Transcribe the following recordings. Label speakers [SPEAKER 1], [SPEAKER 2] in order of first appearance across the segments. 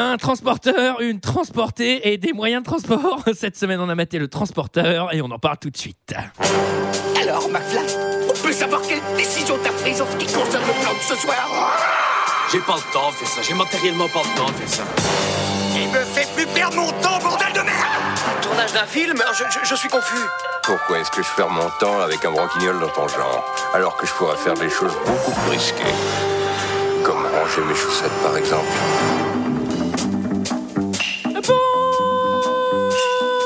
[SPEAKER 1] Un transporteur, une transportée et des moyens de transport. Cette semaine, on a maté le transporteur et on en parle tout de suite.
[SPEAKER 2] Alors, McFly, on peut savoir quelle décision t'as prise en ce qui concerne le plan de ce soir
[SPEAKER 3] J'ai pas le temps de faire ça, j'ai matériellement pas le temps de faire ça.
[SPEAKER 2] Il me fait plus perdre mon temps, bordel de merde
[SPEAKER 4] Tournage d'un film je, je- je suis confus.
[SPEAKER 5] Pourquoi est-ce que je perds mon temps avec un broquignol dans ton genre Alors que je pourrais faire des choses beaucoup plus risquées. Comme ranger mes chaussettes par exemple.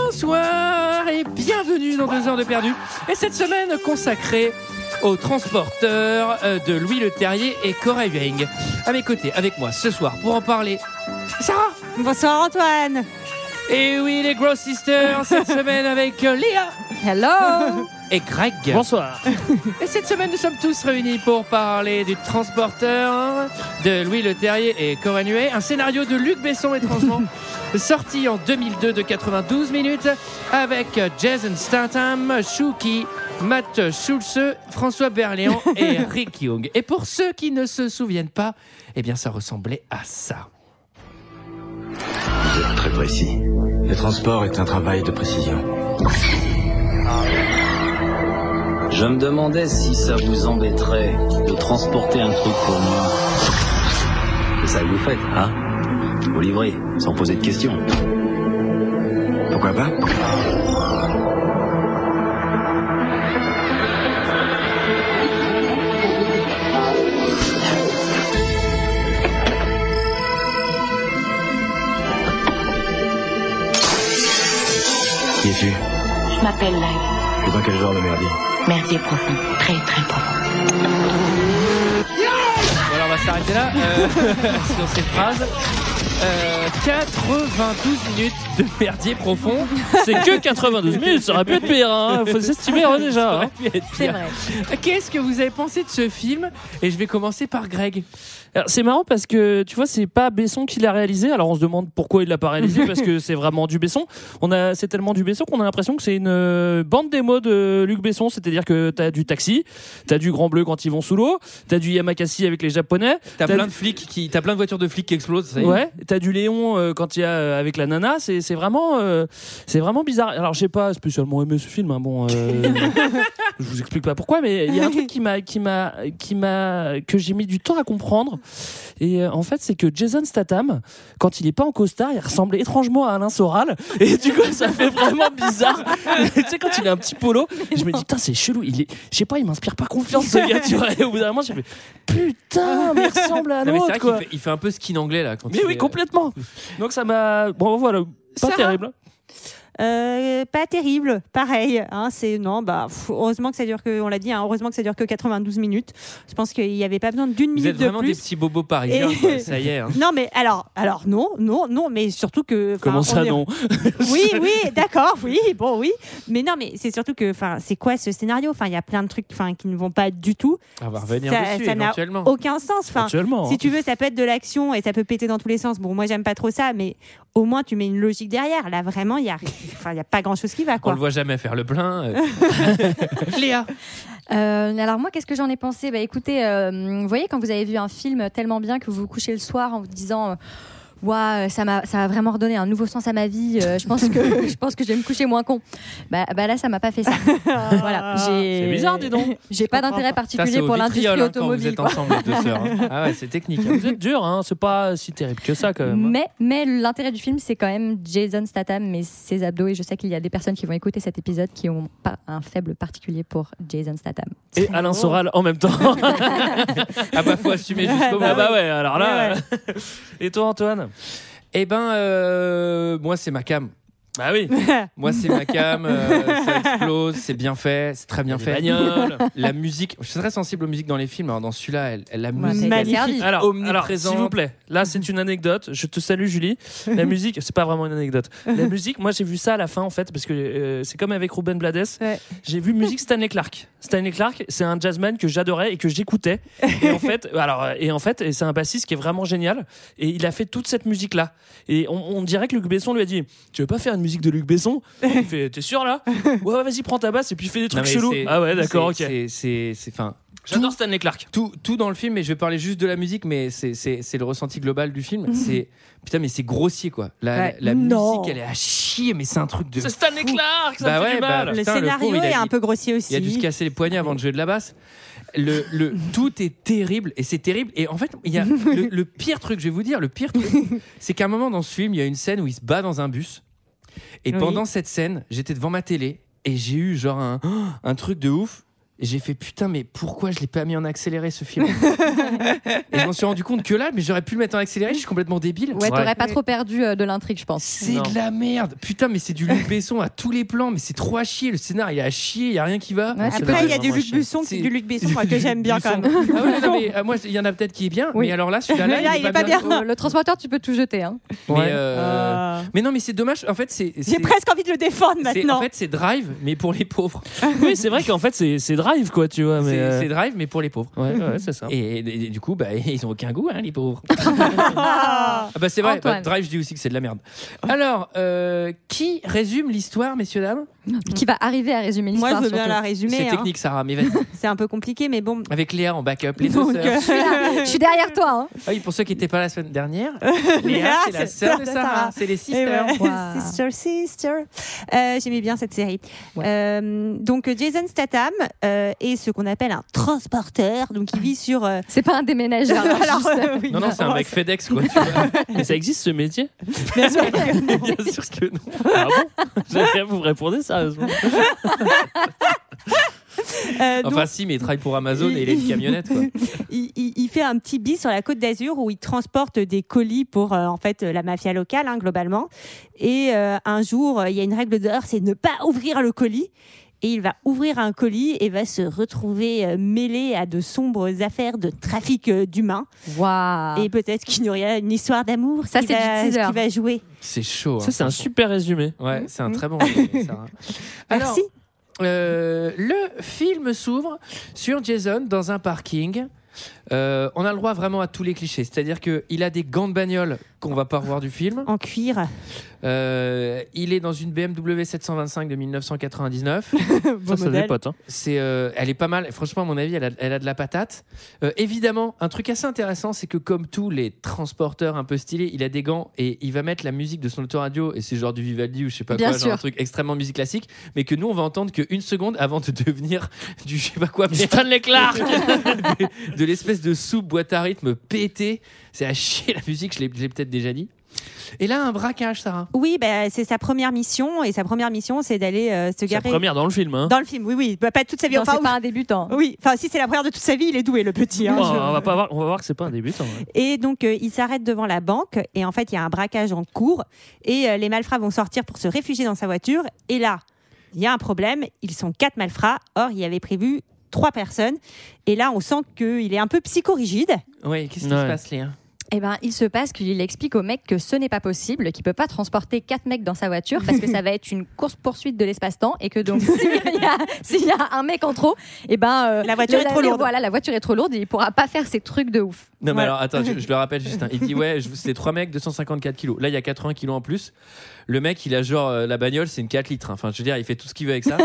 [SPEAKER 1] Bonsoir et bienvenue dans deux heures de perdu. Et cette semaine consacrée au transporteur euh, de Louis Le Terrier et Cora Huing. À mes côtés, avec moi ce soir pour en parler, Sarah.
[SPEAKER 6] Bonsoir Antoine.
[SPEAKER 1] Et oui, les Gross Sisters cette semaine avec euh, Léa
[SPEAKER 6] Hello.
[SPEAKER 1] et Greg.
[SPEAKER 7] Bonsoir.
[SPEAKER 1] Et cette semaine, nous sommes tous réunis pour parler du transporteur de Louis Le Terrier et Corinne Huet, un scénario de Luc Besson étrangement sorti en 2002 de 92 minutes avec Jason Statham, Shuki, Matt Schulze, François Berléand et Rick Young. Et pour ceux qui ne se souviennent pas, eh bien, ça ressemblait à ça.
[SPEAKER 8] Très précis. Le transport est un travail de précision.
[SPEAKER 9] Je me demandais si ça vous embêterait de transporter un truc pour moi. C'est ça que vous faites, hein Vous livrez, sans poser de questions.
[SPEAKER 8] Pourquoi pas Qui es-tu
[SPEAKER 10] Je m'appelle Lai.
[SPEAKER 8] Et dans quel genre de merdier
[SPEAKER 10] Merdier profond. Très, très profond.
[SPEAKER 1] Bon, alors on va s'arrêter là euh, sur ces phrases. Euh, 92 minutes de merdier profond.
[SPEAKER 7] C'est que 92 minutes, ça aurait pu être pire. Hein. Faut s'estimer hein, déjà. hein.
[SPEAKER 1] Ça aurait pu être
[SPEAKER 6] C'est
[SPEAKER 1] pire.
[SPEAKER 6] vrai.
[SPEAKER 1] Qu'est-ce que vous avez pensé de ce film Et je vais commencer par Greg.
[SPEAKER 7] Alors, C'est marrant parce que tu vois, c'est pas Besson qui l'a réalisé. Alors on se demande pourquoi il l'a pas réalisé parce que c'est vraiment du Besson. On a, c'est tellement du Besson qu'on a l'impression que c'est une euh, bande démo de Luc Besson. C'est-à-dire que t'as du taxi, t'as du Grand Bleu quand ils vont sous l'eau, t'as du Yamakasi avec les Japonais,
[SPEAKER 1] T'as
[SPEAKER 7] T'as
[SPEAKER 1] plein
[SPEAKER 7] dit-
[SPEAKER 1] de flics qui, t'as plein de voitures de flics qui explosent. ça y est.
[SPEAKER 7] Ouais, t'as du Léon euh, quand il y a euh, avec la nana, c'est c'est vraiment, euh, c'est vraiment bizarre. Alors j'ai pas spécialement aimé ce film, hein, bon, euh, je vous explique pas pourquoi, mais il y a un truc qui m'a, qui m'a, qui m'a, que j'ai mis du temps à comprendre. Et euh, en fait, c'est que Jason Statham, quand il est pas en costard, il ressemble étrangement à Alain Soral, et du coup ça fait vraiment bizarre. tu sais quand il a un petit polo, je me dis putain c'est chelou, il est, je sais pas, il m'inspire pas confiance ce gars, tu vois. Et au bout d'un moment j'ai fait putain, mais il ressemble à
[SPEAKER 1] Non, mais c'est
[SPEAKER 7] l'autre
[SPEAKER 1] vrai
[SPEAKER 7] quoi.
[SPEAKER 1] qu'il fait, il fait un peu skin anglais là. Quand
[SPEAKER 7] Mais
[SPEAKER 1] il
[SPEAKER 7] oui,
[SPEAKER 1] est- euh,
[SPEAKER 7] complètement. Donc ça m'a. Bon, voilà. Pas
[SPEAKER 6] Sarah
[SPEAKER 7] terrible. hein.
[SPEAKER 6] Euh, pas terrible, pareil. hein, c'est non, bah pff, heureusement que ça dure que, on l'a dit, hein, heureusement que ça dure que 92 minutes. Je pense qu'il n'y avait pas besoin d'une
[SPEAKER 1] Vous
[SPEAKER 6] minute
[SPEAKER 1] êtes
[SPEAKER 6] de
[SPEAKER 1] vraiment des
[SPEAKER 6] plus.
[SPEAKER 1] petits bobos parisiens.
[SPEAKER 6] Et-
[SPEAKER 1] quoi, ça y est. hein.
[SPEAKER 6] Non mais alors, alors non, non, non, mais surtout que. enfin,
[SPEAKER 7] Comment
[SPEAKER 6] on
[SPEAKER 7] ça,
[SPEAKER 6] est-
[SPEAKER 7] non
[SPEAKER 6] Oui, oui, d'accord, oui, bon, oui, mais non, mais c'est surtout que, enfin, c'est quoi ce scénario Enfin, il y a plein de trucs, enfin, qui ne vont pas du tout,
[SPEAKER 1] On va revenir
[SPEAKER 6] Ça-
[SPEAKER 1] dessus
[SPEAKER 6] ça n'a
[SPEAKER 1] éventuellement. hein.
[SPEAKER 6] aucun sens. Enfin,
[SPEAKER 1] Oh.
[SPEAKER 7] Actuellement.
[SPEAKER 6] Si tu veux, ça peut être de l'action et ça peut péter dans tous les sens. Bon, moi, j'aime pas trop ça, mais au moins, tu mets une logique derrière. Là, vraiment, il n'y a... enfin, il y a pas grand-chose qui va.
[SPEAKER 1] On
[SPEAKER 6] Quoi.
[SPEAKER 1] le
[SPEAKER 11] Oh
[SPEAKER 1] voit jamais faire le plein. euh. Léa.
[SPEAKER 11] Euh, alors moi, qu'est-ce que j'en ai pensé Bah écoutez, euh, vous voyez quand vous avez vu un film tellement bien que vous vous couchez le soir en vous disant. euh, Ouah, ça m'a ça a vraiment redonné un nouveau sens à ma vie. euh, je pense que je pense que je vais me coucher moins con. Bah, bah là, ça m'a pas fait ça. voilà, j'ai-
[SPEAKER 7] C'est bizarre, dis donc.
[SPEAKER 11] J'ai pas
[SPEAKER 6] comprends
[SPEAKER 11] d'intérêt
[SPEAKER 6] pas.
[SPEAKER 1] Ça,
[SPEAKER 11] particulier
[SPEAKER 1] c'est au
[SPEAKER 11] pour l'industrie
[SPEAKER 1] vitriol hein, quand vous
[SPEAKER 11] automobile.
[SPEAKER 1] êtes
[SPEAKER 11] quoi.
[SPEAKER 1] ensemble les deux sœurs. hein. Ah ouais, c'est technique. hein.
[SPEAKER 7] Vous êtes dur, hein. C'est pas si terrible que ça, quand même. hein.
[SPEAKER 11] Mais mais l'intérêt du film, c'est quand même Jason Statham et ses abdos. Et je sais qu'il y a des personnes qui vont écouter cet épisode qui ont pas un faible particulier pour Jason Statham.
[SPEAKER 7] Et Alain Soral en même temps.
[SPEAKER 1] Ah bah faut assumer jusqu'au bout.
[SPEAKER 7] ah bah ouais, alors là.
[SPEAKER 6] Ouais,
[SPEAKER 7] euh, Et toi, Antoine
[SPEAKER 1] Eh ben euh, moi c'est ma cam.
[SPEAKER 7] Bah oui.
[SPEAKER 1] Moi c'est ma cam. euh, ça explose, c'est bien fait, c'est très bien
[SPEAKER 7] Les
[SPEAKER 1] fait.
[SPEAKER 7] bagnoles.
[SPEAKER 1] La musique, je suis très sensible aux musiques dans les films. Alors dans celui-là, elle, elle- la
[SPEAKER 11] Ouais,
[SPEAKER 1] musique.
[SPEAKER 11] mais
[SPEAKER 1] elle-
[SPEAKER 6] Magnifique.
[SPEAKER 11] servi.
[SPEAKER 7] Alors, alors,
[SPEAKER 1] Omniprésente.
[SPEAKER 7] s'il vous plaît, là c'est une anecdote. Je te salue, Julie. La musique, c'est pas vraiment une anecdote. La musique, moi j'ai vu ça à la fin en fait, parce que euh, c'est comme avec Ruben Blades.
[SPEAKER 6] Ouais.
[SPEAKER 7] J'ai vu musique Stanley Clark. Stanley Clark, c'est un jazzman que j'adorais et que j'écoutais. Et en fait, alors, euh, et en fait, et c'est un bassiste qui est vraiment génial. Et il a fait toute cette musique là. Et on, on dirait que Luc Besson lui a dit, tu veux pas faire une musique de Luc Besson Il fait, t'es sûr là Ouais, ouais, vas-y, prends ta basse et puis fais des
[SPEAKER 1] Non,
[SPEAKER 7] trucs
[SPEAKER 1] mais
[SPEAKER 7] chelous.
[SPEAKER 1] c'est-
[SPEAKER 7] Ah ouais, d'accord, ok.
[SPEAKER 1] c'est- C'est, c'est, c'est, enfin,
[SPEAKER 7] J'adore Stanley Clark.
[SPEAKER 1] Tout, tout dans le film, et je vais parler juste de la musique, mais c'est- c'est c'est le ressenti global du
[SPEAKER 6] Mhm.
[SPEAKER 1] film. C'est putain, mais c'est grossier quoi. La,
[SPEAKER 6] Ouais.
[SPEAKER 1] la- la
[SPEAKER 6] Non.
[SPEAKER 1] musique, elle est à chier, mais c'est un truc de.
[SPEAKER 7] C'est Stanley
[SPEAKER 1] fou.
[SPEAKER 7] Clark, ça
[SPEAKER 1] Bah
[SPEAKER 7] me fait
[SPEAKER 1] ouais,
[SPEAKER 7] du
[SPEAKER 1] bah,
[SPEAKER 7] mal.
[SPEAKER 1] putain,
[SPEAKER 6] le
[SPEAKER 1] le
[SPEAKER 6] scénario
[SPEAKER 1] pauvre, il a-
[SPEAKER 6] est un
[SPEAKER 1] il-
[SPEAKER 6] peu grossier aussi.
[SPEAKER 1] Il a dû se casser les poignets avant de jouer de la basse. Le, le- tout est terrible et c'est terrible. Et en fait, il y a le, le pire truc, je vais vous dire, le pire truc, c'est qu'à un moment dans ce film, il y a une scène où il se bat dans un bus. Et
[SPEAKER 6] Oui.
[SPEAKER 1] pendant cette scène, j'étais devant ma télé et j'ai eu genre un, un truc de ouf. Et J'ai fait putain, mais pourquoi je l'ai pas mis en accéléré ce film Et je m'en suis rendu compte que là, mais j'aurais pu le mettre en accéléré, je suis complètement débile.
[SPEAKER 11] Ouais, t'aurais
[SPEAKER 7] Ouais.
[SPEAKER 11] pas trop perdu euh, de l'intrigue, je pense.
[SPEAKER 1] C'est de la merde. Putain, mais c'est du Luc Besson à tous les plans, mais c'est trop à chier. Le scénar, il est à chier, il y a rien qui va.
[SPEAKER 11] Ouais, c'est
[SPEAKER 6] Après, il y a
[SPEAKER 7] vraiment
[SPEAKER 6] du Luc
[SPEAKER 7] chier.
[SPEAKER 6] Besson,
[SPEAKER 1] C'est-
[SPEAKER 6] du Luc Besson moi, que j'aime bien quand
[SPEAKER 1] Besson.
[SPEAKER 6] même.
[SPEAKER 1] Ah ouais, non, mais, euh, moi, il y en a peut-être qui est bien,
[SPEAKER 11] Oui.
[SPEAKER 1] mais alors là, celui-là, là,
[SPEAKER 6] Là,
[SPEAKER 1] il est pas bien.
[SPEAKER 11] Le, le transporteur, tu peux tout jeter. Hein.
[SPEAKER 1] Mais,
[SPEAKER 7] Ouais.
[SPEAKER 1] euh,
[SPEAKER 6] Euh,
[SPEAKER 1] mais non, mais c'est dommage. En fait, c'est.
[SPEAKER 6] J'ai
[SPEAKER 1] c'est-
[SPEAKER 6] presque envie de le défendre
[SPEAKER 1] c'est-
[SPEAKER 6] maintenant.
[SPEAKER 1] En fait, c'est Drive, mais pour les pauvres.
[SPEAKER 7] Oui, c'est vrai qu'en fait, c'est c'est Drive, quoi, tu vois. Mais
[SPEAKER 1] C'est
[SPEAKER 7] euh,
[SPEAKER 1] c'est Drive, mais pour les pauvres.
[SPEAKER 7] Ouais, ouais, c'est ça.
[SPEAKER 1] Et, et- et du coup, bah, ils ont aucun goût, hein, les pauvres.
[SPEAKER 6] Ah.
[SPEAKER 1] Ah bah c'est vrai,
[SPEAKER 11] Antoine.
[SPEAKER 1] bah, Drive, je dis aussi que c'est de la merde. Alors, euh, qui résume l'histoire, messieurs, dames
[SPEAKER 11] Qui va arriver à résumer
[SPEAKER 6] Moi,
[SPEAKER 11] l'histoire.
[SPEAKER 6] je veux bien
[SPEAKER 11] surtout.
[SPEAKER 6] la
[SPEAKER 1] C'est
[SPEAKER 6] résumer. hein.
[SPEAKER 1] technique, Sarah, mais vas-y.
[SPEAKER 6] C'est un peu compliqué, mais bon.
[SPEAKER 1] Avec Léa en backup, les deux
[SPEAKER 6] Donc,
[SPEAKER 1] sœurs.
[SPEAKER 6] euh,
[SPEAKER 11] Je suis là, je suis derrière toi. hein.
[SPEAKER 1] Ah oui, pour ceux qui n'étaient pas là la semaine dernière, Léa,
[SPEAKER 6] Léa,
[SPEAKER 1] c'est la
[SPEAKER 6] c'est
[SPEAKER 1] sœur de
[SPEAKER 6] sœur de
[SPEAKER 1] Sarah.
[SPEAKER 6] Sarah.
[SPEAKER 1] C'est les
[SPEAKER 6] Eh
[SPEAKER 1] sisters.
[SPEAKER 6] ouais.
[SPEAKER 11] Wow.
[SPEAKER 6] Sister, sister. Euh, J'aimais bien cette série.
[SPEAKER 11] Ouais.
[SPEAKER 6] Euh, donc Jason Statham euh, est ce qu'on appelle un transporteur, donc il vit sur. euh,
[SPEAKER 11] C'est pas un déménageur. hein, juste-
[SPEAKER 6] euh, oui,
[SPEAKER 1] Non, non, c'est un
[SPEAKER 6] non,
[SPEAKER 1] mec FedEx, quoi. tu vois.
[SPEAKER 7] Mais ça existe ce métier
[SPEAKER 6] bien sûr Euh, que non.
[SPEAKER 1] Bien sûr que non.
[SPEAKER 7] Ah bon J'aimerais vous répondez sérieusement.
[SPEAKER 6] Euh, donc,
[SPEAKER 1] Enfin, si, mais il travaille pour Amazon et il est une camionnette, quoi.
[SPEAKER 6] il, il- il fait un petit bis sur la Côte d'Azur où il transporte des colis pour euh, en fait euh, la mafia locale hein, globalement. Et euh, un jour, euh, il y a une règle d'or, c'est ne pas ouvrir le colis. Et il va ouvrir un colis et va se retrouver euh, mêlé à de sombres affaires de trafic euh, d'humains.
[SPEAKER 11] Waouh.
[SPEAKER 6] Et peut-être qu'il y aura une histoire d'amour
[SPEAKER 11] Ah. Ça,
[SPEAKER 6] qui,
[SPEAKER 11] c'est
[SPEAKER 6] va-
[SPEAKER 11] du teaser.
[SPEAKER 6] qui va jouer.
[SPEAKER 1] C'est chaud. hein.
[SPEAKER 7] Ça, c'est un super résumé.
[SPEAKER 1] Ouais, c'est un très bon. résumé, Sarah. Alors,
[SPEAKER 6] Merci.
[SPEAKER 1] euh, le film s'ouvre sur Jason dans un parking. Euh, on a le droit vraiment à tous les clichés. C'est-à-dire qu'il a des gants de bagnole qu'on va pas revoir du film.
[SPEAKER 6] En cuir.
[SPEAKER 1] Euh, il est dans une BMW 725 de 1999.
[SPEAKER 6] Beau
[SPEAKER 7] Ça, ça
[SPEAKER 6] modèle.
[SPEAKER 7] dépote. Hein.
[SPEAKER 1] C'est, euh, elle est pas mal. Franchement, à mon avis, elle a, elle a de la patate. Euh, évidemment, un truc assez intéressant, c'est que comme tous les transporteurs un peu stylés, il a des gants et il va mettre la musique de son autoradio et c'est genre du Vivaldi ou je sais pas
[SPEAKER 11] Bien
[SPEAKER 1] quoi, genre
[SPEAKER 11] sûr.
[SPEAKER 1] un truc extrêmement musique classique, mais que nous on va entendre qu'une seconde avant de devenir du je sais pas quoi, mais
[SPEAKER 7] Stanley Clark
[SPEAKER 1] de, de l'espèce de soupe boîte à rythme pété. C'est à chier la musique. Je l'ai, je l'ai peut-être déjà dit. Et là, un braquage, Sarah.
[SPEAKER 6] Oui, bah, c'est sa première mission. Et sa première mission, c'est d'aller euh, se
[SPEAKER 7] C'est la
[SPEAKER 6] garer.
[SPEAKER 7] première dans le film. Hein.
[SPEAKER 6] Dans le film, oui, oui. Bah, pas toute sa vie.
[SPEAKER 11] Non,
[SPEAKER 6] enfin,
[SPEAKER 11] c'est pas un débutant.
[SPEAKER 6] oui. Enfin, si c'est la première de toute sa vie, il est doué, le petit. hein,
[SPEAKER 7] Oh,
[SPEAKER 6] je-
[SPEAKER 7] on, va pas voir, on va voir que c'est pas un débutant. ouais.
[SPEAKER 1] hein.
[SPEAKER 6] Et donc, euh, il s'arrête devant la banque. Et en fait, il y a un braquage en cours. Et euh, les malfrats vont sortir pour se réfugier dans sa voiture. Et là, il y a un problème. Ils sont quatre malfrats. Or, il y avait prévu trois personnes. Et là, on sent qu'il est un peu psychorigide.
[SPEAKER 1] Oui, qu'est-ce qui
[SPEAKER 7] Ouais.
[SPEAKER 1] se passe, Léa
[SPEAKER 11] Eh ben, il se passe qu'il explique au mec que ce n'est pas possible, qu'il peut pas transporter quatre mecs dans sa voiture parce que ça va être une course poursuite de l'espace-temps et que donc s'il y, a- s'il y a un mec en trop, eh ben euh,
[SPEAKER 6] La voiture est trop lourde.
[SPEAKER 11] Voilà, la voiture est trop lourde, et il pourra pas faire ces trucs de ouf.
[SPEAKER 1] Non, mais
[SPEAKER 6] Ouais.
[SPEAKER 1] alors, attends, je, je le rappelle juste. hein. Il dit, ouais, je- c'est trois mecs, 254 kilos. Là, il y a 80 kilos en plus. Le mec, il a genre, euh, la bagnole, c'est une 4 litres. hein. Enfin, je veux dire, il fait tout ce qu'il veut avec ça.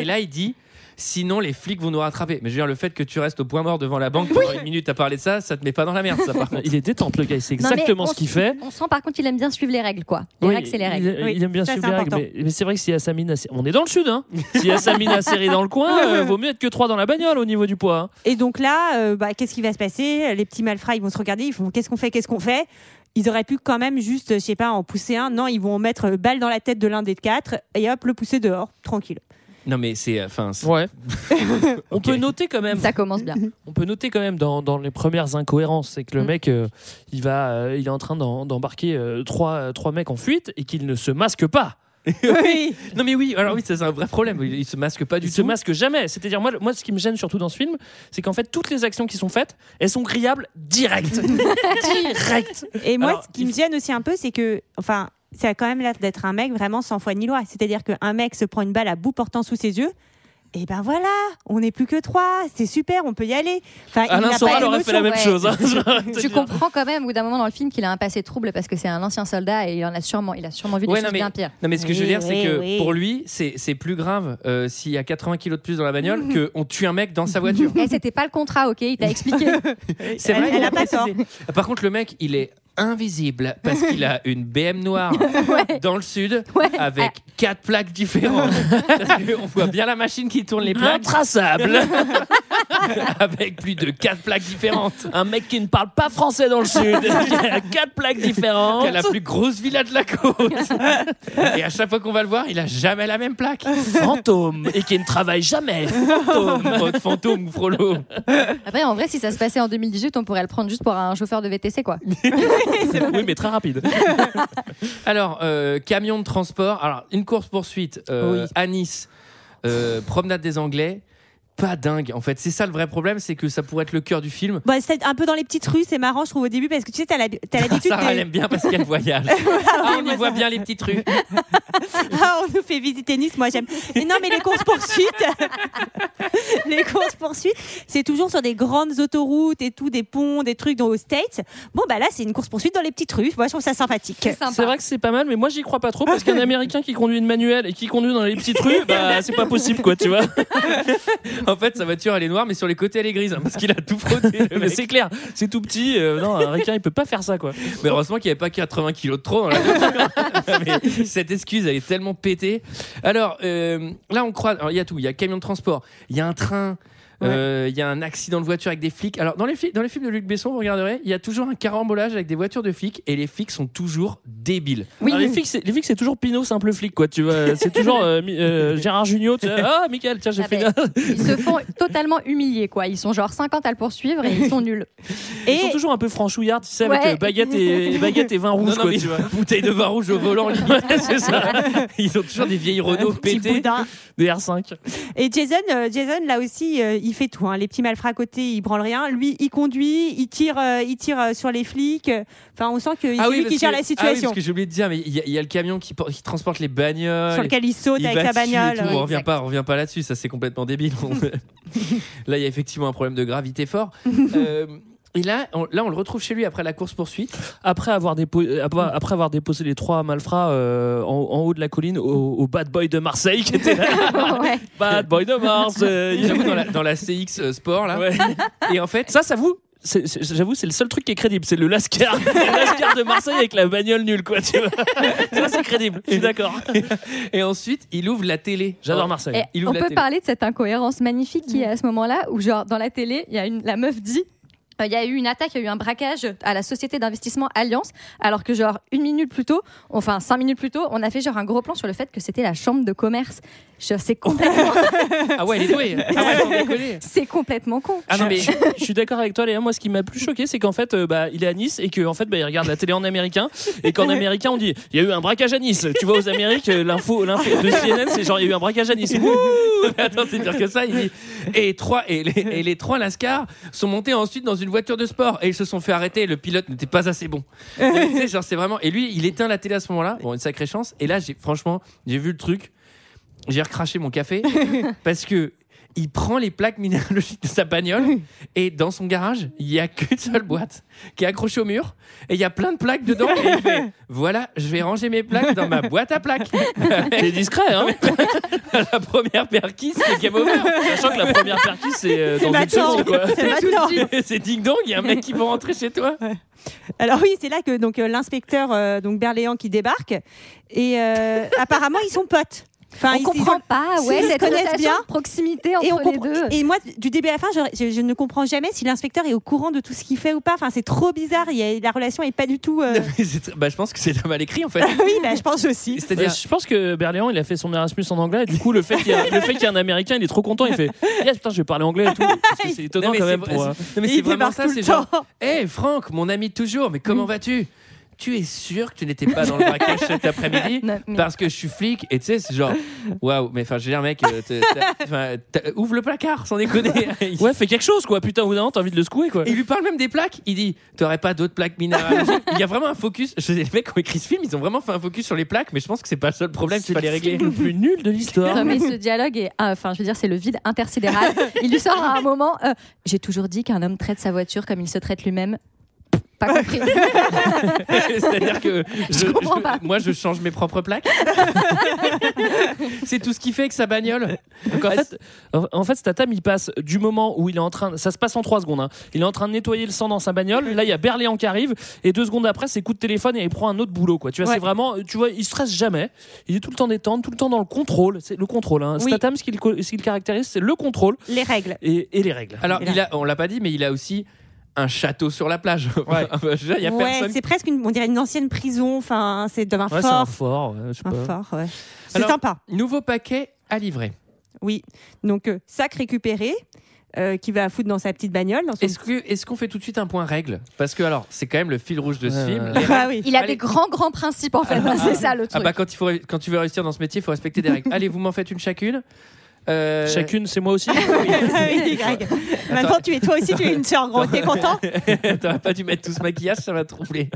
[SPEAKER 1] Et là, il dit, sinon, les flics vont nous rattraper. Mais je veux dire, le fait que tu restes au point mort devant la banque pendant une minute à parler de ça, ça te met pas dans la merde, ça, par contre.
[SPEAKER 7] Il est détente, le gars. Il sait
[SPEAKER 11] Non, mais
[SPEAKER 7] exactement
[SPEAKER 11] on
[SPEAKER 7] ce qu'il
[SPEAKER 11] s-
[SPEAKER 7] fait.
[SPEAKER 11] On sent par contre qu'il aime bien suivre les règles quoi. Les
[SPEAKER 7] Oui,
[SPEAKER 11] règles c'est les
[SPEAKER 7] il-
[SPEAKER 11] règles.
[SPEAKER 7] Il,
[SPEAKER 6] Oui,
[SPEAKER 7] aime bien
[SPEAKER 6] ça,
[SPEAKER 7] suivre
[SPEAKER 6] c'est
[SPEAKER 7] les règles,
[SPEAKER 6] important.
[SPEAKER 7] mais, mais c'est vrai que s'il y a Samina, on est dans le sud, hein. S'il y a Samina Seri dans le coin, euh, vaut mieux être que 3 dans la bagnole au niveau du poids. hein.
[SPEAKER 6] Et donc là, euh, bah, qu'est-ce qui va se passer Les petits malfrats, ils vont se regarder, ils font qu'est-ce qu'on fait, qu'est-ce qu'on fait Ils auraient pu quand même juste, je sais pas, en pousser un. Non, ils vont en mettre euh, balle dans la tête de l'un des quatre et hop, le pousser dehors, tranquille.
[SPEAKER 1] Non, mais c'est, euh, enfin, c'est-
[SPEAKER 7] Ouais. on
[SPEAKER 1] Ok.
[SPEAKER 7] peut noter quand même.
[SPEAKER 11] Ça commence bien.
[SPEAKER 7] On peut noter quand même dans, dans les premières incohérences, c'est que
[SPEAKER 1] Mm.
[SPEAKER 7] le mec, euh, il va, euh, il est en train d'en- d'embarquer euh, trois, euh, trois mecs en fuite et qu'il ne se masque pas.
[SPEAKER 6] Oui.
[SPEAKER 1] non, mais oui, alors oui, ça, c'est un vrai problème. Il, il se masque pas
[SPEAKER 7] Il
[SPEAKER 1] du
[SPEAKER 7] se
[SPEAKER 1] tout.
[SPEAKER 7] masque jamais. C'est-à-dire moi, le- moi, ce qui me gêne surtout dans ce film, c'est qu'en fait toutes les actions qui sont faites, elles sont grillables direct, direct.
[SPEAKER 6] Et moi,
[SPEAKER 7] Alors,
[SPEAKER 6] ce qui me gêne aussi un peu, c'est que, enfin, ça a quand même l'air d'être un mec vraiment sans foi ni loi. C'est-à-dire qu'un mec se prend une balle à bout portant sous ses yeux. Et ben voilà, on n'est plus que trois, c'est super, on peut y aller. Enfin, il
[SPEAKER 7] Alain
[SPEAKER 6] n'a
[SPEAKER 7] Soral
[SPEAKER 6] pas
[SPEAKER 7] aurait fait la même
[SPEAKER 6] d'émotion.
[SPEAKER 7] chose. hein, j'aurais te
[SPEAKER 11] Je
[SPEAKER 7] dire.
[SPEAKER 11] comprends quand même au bout d'un moment dans le film qu'il a un passé trouble parce que c'est un ancien soldat et il en a sûrement, il a sûrement vu des
[SPEAKER 1] Ouais,
[SPEAKER 11] choses
[SPEAKER 1] non, mais,
[SPEAKER 11] bien pires.
[SPEAKER 1] non, mais ce que je veux
[SPEAKER 6] Oui,
[SPEAKER 1] dire, c'est
[SPEAKER 6] oui,
[SPEAKER 1] que
[SPEAKER 6] oui.
[SPEAKER 1] pour lui, c'est c'est plus grave euh, s'il y a 80 kilos de plus dans la bagnole que on tue un mec dans sa voiture.
[SPEAKER 11] Eh, c'était pas le contrat, ok Il t'a expliqué.
[SPEAKER 1] C'est
[SPEAKER 6] Elle-
[SPEAKER 1] vrai.
[SPEAKER 6] elle
[SPEAKER 1] il
[SPEAKER 6] a
[SPEAKER 1] faut
[SPEAKER 6] pas tort.
[SPEAKER 1] préciser. Par contre, le mec, il est invisible parce qu'il a une BM noire dans le sud
[SPEAKER 11] Ouais.
[SPEAKER 1] avec quatre plaques différentes. Parce que on voit bien la machine qui tourne les plaques
[SPEAKER 7] Intraçable.
[SPEAKER 1] avec plus de quatre plaques différentes.
[SPEAKER 7] Un mec qui ne parle pas français dans le sud. Il a quatre plaques différentes.
[SPEAKER 1] Qu'à la plus grosse villa de la côte. Et à chaque fois qu'on va le voir, il a jamais la même plaque.
[SPEAKER 7] Fantôme et qui ne travaille jamais.
[SPEAKER 1] Fantôme, votre fantôme, Frollo.
[SPEAKER 11] Après, en vrai, si ça se passait en 2018, on pourrait le prendre juste pour un chauffeur de VTC, quoi.
[SPEAKER 7] Oui, mais très rapide.
[SPEAKER 1] Alors, euh, camion de transport. Alors, une course-poursuite euh, à Nice, euh, promenade des Anglais. Pas dingue, en fait. C'est ça le vrai problème, c'est que ça pourrait être le cœur du film.
[SPEAKER 6] Bah, c'est un peu dans les petites rues, c'est marrant, je trouve, au début, parce que tu sais, t'as l'hab-
[SPEAKER 7] Ah,
[SPEAKER 6] t'as l'habitude.
[SPEAKER 1] Sarah,
[SPEAKER 6] de-
[SPEAKER 1] elle aime bien parce qu'elle voyage. Ah, on y voit bien les petites rues.
[SPEAKER 6] Ah, on nous fait visiter Nice, moi j'aime. Mais non, mais les courses poursuites, les courses poursuites, c'est toujours sur des grandes autoroutes et tout, des ponts, des trucs dans aux States. Bon, bah là, c'est une course poursuite dans les petites rues. Moi, je trouve ça sympathique.
[SPEAKER 11] C'est sympa.
[SPEAKER 7] C'est vrai que c'est pas mal, mais moi j'y crois pas trop parce qu'un américain qui conduit une manuelle et qui conduit dans les petites rues, bah c'est pas possible quoi, tu vois.
[SPEAKER 1] En fait, sa voiture, elle est noire, mais sur les côtés, elle est grise, hein, parce qu'il a tout frotté. le
[SPEAKER 7] Mais
[SPEAKER 1] mec.
[SPEAKER 7] c'est clair, c'est tout petit. euh, non, un américain il peut pas faire ça quoi.
[SPEAKER 1] Mais heureusement qu'il n'y avait pas 80 kilos de trop dans la voiture. Mais cette excuse, elle est tellement pétée. Alors, euh, là, on croit. alors, Il y a tout. Il y a camion de transport, il y a un train. euh, Il y a un accident de voiture avec des flics. Alors, dans les, flics- dans les films de Luc Besson, vous regarderez, il y a toujours un carambolage avec des voitures de flics et les flics sont toujours débiles.
[SPEAKER 11] Oui,
[SPEAKER 7] Alors, Ah, les flics, c'est- les flics, c'est toujours Pinot simple flic quoi, tu vois. C'est toujours euh, Mi- euh, Gérard Junior. tu vois. Ah, Michael, tiens j'ai
[SPEAKER 11] Ah
[SPEAKER 7] fait.
[SPEAKER 11] ben, ils se font totalement humilier, quoi. Ils sont genre 50 à le poursuivre et ils sont nuls.
[SPEAKER 7] Ils sont
[SPEAKER 6] Et
[SPEAKER 7] toujours un peu franchouillards, tu sais,
[SPEAKER 11] Ouais.
[SPEAKER 7] avec euh, baguette et baguette et vin rouge
[SPEAKER 1] Non, non,
[SPEAKER 7] quoi,
[SPEAKER 1] mais
[SPEAKER 7] tu vois.
[SPEAKER 1] Bouteille de vin rouge au volant, limite.
[SPEAKER 7] c'est ça.
[SPEAKER 1] ils ont toujours des vieilles Renault
[SPEAKER 6] petit
[SPEAKER 1] pétées.
[SPEAKER 6] boudin.
[SPEAKER 7] Des R5.
[SPEAKER 6] Euh, Et Jason, euh, Jason, là aussi, euh, il fait tout. hein. Les petits malfrats à côté, il branle rien. Lui, il conduit, il tire, euh, il tire euh, sur les flics. Enfin, on sent que c'est lui
[SPEAKER 1] parce
[SPEAKER 6] qui gère
[SPEAKER 1] que- ah
[SPEAKER 6] la
[SPEAKER 1] oui,
[SPEAKER 6] situation.
[SPEAKER 1] parce que j'ai oublié de dire, mais il y, a- il y a le camion qui, por- qui transporte les bagnoles.
[SPEAKER 6] sur lequel il saute
[SPEAKER 1] Il
[SPEAKER 6] avec
[SPEAKER 1] va
[SPEAKER 6] sa
[SPEAKER 1] dessus et
[SPEAKER 6] bagnole. euh.
[SPEAKER 1] tout.
[SPEAKER 11] ouais.
[SPEAKER 1] on revient
[SPEAKER 11] Exact.
[SPEAKER 1] pas, on revient pas là-dessus. Ça, c'est complètement débile. On- là, il y a effectivement un problème de gravité fort. Euh, et là, on, là, on le retrouve chez lui après la course poursuite.
[SPEAKER 7] après avoir, dépo- euh, après après avoir déposé les trois malfrats euh, en, en haut de la colline au, au bad boy de Marseille qui était là.
[SPEAKER 11] Ouais.
[SPEAKER 7] bad boy de Mars euh, il-
[SPEAKER 1] J'avoue, dans la, dans la CX euh, Sport là.
[SPEAKER 7] Ouais.
[SPEAKER 1] Et en fait,
[SPEAKER 7] ça ça vous c'est- c'est- j'avoue c'est le seul truc qui est crédible c'est le lascar le lascar de Marseille avec la bagnole nulle quoi tu vois ça c'est crédible je suis d'accord
[SPEAKER 1] et ensuite, il ouvre la télé.
[SPEAKER 7] j'adore
[SPEAKER 1] Marc.
[SPEAKER 7] Marseille
[SPEAKER 11] Et
[SPEAKER 1] Oh. Il ouvre
[SPEAKER 11] on
[SPEAKER 1] la
[SPEAKER 11] peut
[SPEAKER 1] télé.
[SPEAKER 11] parler de cette incohérence magnifique
[SPEAKER 6] Mm.
[SPEAKER 11] qui est à ce moment-là où, genre, dans la télé, il y a une, la meuf dit. euh, Il y a eu une attaque, il y a eu un braquage à la société d'investissement Alliance, alors que genre une minute plus tôt, enfin cinq minutes plus tôt, on a fait genre un gros plan sur le fait que c'était la chambre de commerce. Je- C'est complètement,
[SPEAKER 1] Ah ouais, il est doué. Ah ouais, sans déconner.
[SPEAKER 11] c'est complètement con.
[SPEAKER 1] Ah non, mais
[SPEAKER 7] Je, je suis d'accord avec toi, Léa. Moi, ce qui m'a plus choqué, c'est qu'en fait, euh, bah, il est à Nice et qu'en en fait, bah, il regarde la télé en américain et qu'en américain, on dit il y a eu un braquage à Nice. Tu vois, aux Amériques, euh, l'info l'info de CNN, c'est genre il y a eu un braquage à Nice.
[SPEAKER 1] attends, c'est pire que ça. Il dit et trois et les, et les trois lascars sont montés ensuite dans une voiture de sport et ils se sont fait arrêter. Le pilote n'était pas assez bon. Tu sais, genre c'est vraiment. Et lui, il éteint la télé à ce moment-là. Bon, une sacrée chance. Et là, j'ai franchement, j'ai vu le truc. J'ai recraché mon café parce que. Il prend les plaques minéralogiques de sa bagnole et dans son garage, il n'y a qu'une seule boîte qui est accrochée au mur et il y a plein de plaques dedans. Et il fait, voilà, je vais ranger mes plaques dans ma boîte à plaques.
[SPEAKER 7] C'est discret, hein
[SPEAKER 1] la première perquise, c'est game over.
[SPEAKER 7] Sachant que la première partie, c'est euh, dans une
[SPEAKER 6] maintenant.
[SPEAKER 7] seconde, quoi.
[SPEAKER 6] C'est maintenant.
[SPEAKER 1] C'est ding dong, il y a un mec qui va rentrer chez toi.
[SPEAKER 6] Alors oui, c'est là que donc euh, l'inspecteur euh, donc Berléand qui débarque et euh, apparemment ils sont potes. Enfin,
[SPEAKER 11] on
[SPEAKER 6] ils- ils
[SPEAKER 11] comprend
[SPEAKER 6] ont-
[SPEAKER 11] pas,
[SPEAKER 6] s'ils
[SPEAKER 11] ouais,
[SPEAKER 6] se
[SPEAKER 11] cette
[SPEAKER 6] connaissent
[SPEAKER 11] relation
[SPEAKER 6] bien,
[SPEAKER 11] de proximité entre
[SPEAKER 6] Et, on
[SPEAKER 11] les
[SPEAKER 6] comprend-
[SPEAKER 11] deux.
[SPEAKER 6] et moi, du début à la fin, je, je- je ne comprends jamais si l'inspecteur est au courant de tout ce qu'il fait ou pas. Enfin, c'est trop bizarre. Il y a- la relation est pas du tout. euh,
[SPEAKER 1] bah, je pense que c'est mal écrit en fait.
[SPEAKER 6] oui, bah, je pense aussi.
[SPEAKER 1] C'est-à-dire,
[SPEAKER 7] Ouais, je pense que Berléand, il a fait son Erasmus en anglais. Et du coup, le fait qu'il y, a- le fait qu'il y a un Américain, il est trop content. Il fait Yes, putain, je vais parler anglais et tout. Parce que c'est étonnant
[SPEAKER 1] Non, mais
[SPEAKER 7] quand
[SPEAKER 1] c'est
[SPEAKER 7] même.
[SPEAKER 1] vrai-
[SPEAKER 7] pour, euh,
[SPEAKER 1] non, mais
[SPEAKER 6] Et
[SPEAKER 1] c'est Eh,
[SPEAKER 6] il
[SPEAKER 1] vraiment
[SPEAKER 6] débarque
[SPEAKER 1] ça,
[SPEAKER 6] tout
[SPEAKER 1] c'est
[SPEAKER 6] le
[SPEAKER 1] genre.
[SPEAKER 6] temps.
[SPEAKER 7] Mm.
[SPEAKER 1] Hé Franck, mon ami de toujours, mais comment vas-tu tu es sûr que tu n'étais pas dans le braquage cet après-midi
[SPEAKER 11] Non, mais-
[SPEAKER 1] parce que je suis flic et tu sais c'est genre waouh mais enfin je veux dire mec euh, t'es- t'as- enfin, t'as- ouvre le placard sans déconner
[SPEAKER 7] Ouais, fais quelque chose, quoi. Putain, au bout d'un moment, t'as envie de le secouer, quoi.
[SPEAKER 1] Et il lui parle même des plaques. Il dit T'aurais pas d'autres plaques minéralogiques Il y a vraiment un focus. Je sais, les mecs qui ont écrit ce film, ils ont vraiment fait un focus sur les plaques, mais je pense que c'est pas le seul problème qu'il
[SPEAKER 7] C'est
[SPEAKER 1] fallait
[SPEAKER 7] le
[SPEAKER 1] régler.
[SPEAKER 7] film le plus nul de l'histoire.
[SPEAKER 11] Non, mais ce dialogue est, ah, enfin, je veux dire, c'est le vide intersidéral. Il lui sort à un moment. euh, J'ai toujours dit qu'un homme traite sa voiture comme il se traite lui-même. Pas compris.
[SPEAKER 1] C'est-à-dire que
[SPEAKER 11] Je comprends pas.
[SPEAKER 1] moi, je change mes propres plaques. c'est tout ce qui fait que sa bagnole.
[SPEAKER 7] Donc, en fait, en- en fait, Statham, il passe du moment où il est en train, ça se passe en trois secondes. hein. Il est en train de nettoyer le sang dans sa bagnole. Là, il y a Berléand qui arrive et deux secondes après, c'est coup de téléphone et il prend un autre boulot. Quoi. Tu vois,
[SPEAKER 6] Ouais.
[SPEAKER 7] c'est vraiment, tu vois, il stresse jamais. Il est tout le temps détente, tout le temps dans le contrôle. C'est le contrôle. Hein.
[SPEAKER 6] Oui.
[SPEAKER 7] Statham, ce qu'il co- ce qu'il caractérise, c'est le contrôle
[SPEAKER 6] Les règles.
[SPEAKER 7] et, et les règles.
[SPEAKER 1] Alors,
[SPEAKER 6] Il a-
[SPEAKER 1] il a, on l'a pas dit, mais il a aussi un château sur la plage.
[SPEAKER 7] Ouais.
[SPEAKER 1] Je veux dire, Il y a
[SPEAKER 6] Ouais,
[SPEAKER 1] personne.
[SPEAKER 6] c'est presque une, on dirait une ancienne prison. Enfin, c'est dans un
[SPEAKER 7] Ouais, c'est un
[SPEAKER 6] fort.
[SPEAKER 7] fort. ouais, je sais
[SPEAKER 6] Un
[SPEAKER 7] pas.
[SPEAKER 6] fort, ouais. C'est
[SPEAKER 1] Alors-
[SPEAKER 6] sympa.
[SPEAKER 1] Nouveau paquet à livrer.
[SPEAKER 6] Oui. Donc euh, sac récupéré euh, qui va foutre dans sa petite bagnole. Dans son-
[SPEAKER 1] Est-ce que est-ce qu'on fait tout de suite un point règle Parce que alors, c'est quand même le fil rouge de ce
[SPEAKER 7] Ouais,
[SPEAKER 1] film.
[SPEAKER 7] ouais.
[SPEAKER 1] Les
[SPEAKER 6] Ah oui.
[SPEAKER 11] Il a
[SPEAKER 1] Allez.
[SPEAKER 11] des grands, grands principes en fait. c'est ça le
[SPEAKER 1] Ah
[SPEAKER 11] truc.
[SPEAKER 1] bah quand, il faut, quand tu veux réussir dans ce métier, il faut respecter des règles. Allez, vous m'en faites une chacune. Euh,
[SPEAKER 7] Chacune, c'est moi aussi.
[SPEAKER 6] Ah oui, Greg. Maintenant, tu es toi aussi, tu es une sœur, gros. T'es content
[SPEAKER 1] T'aurais pas dû mettre tout ce maquillage, ça m'a troublé.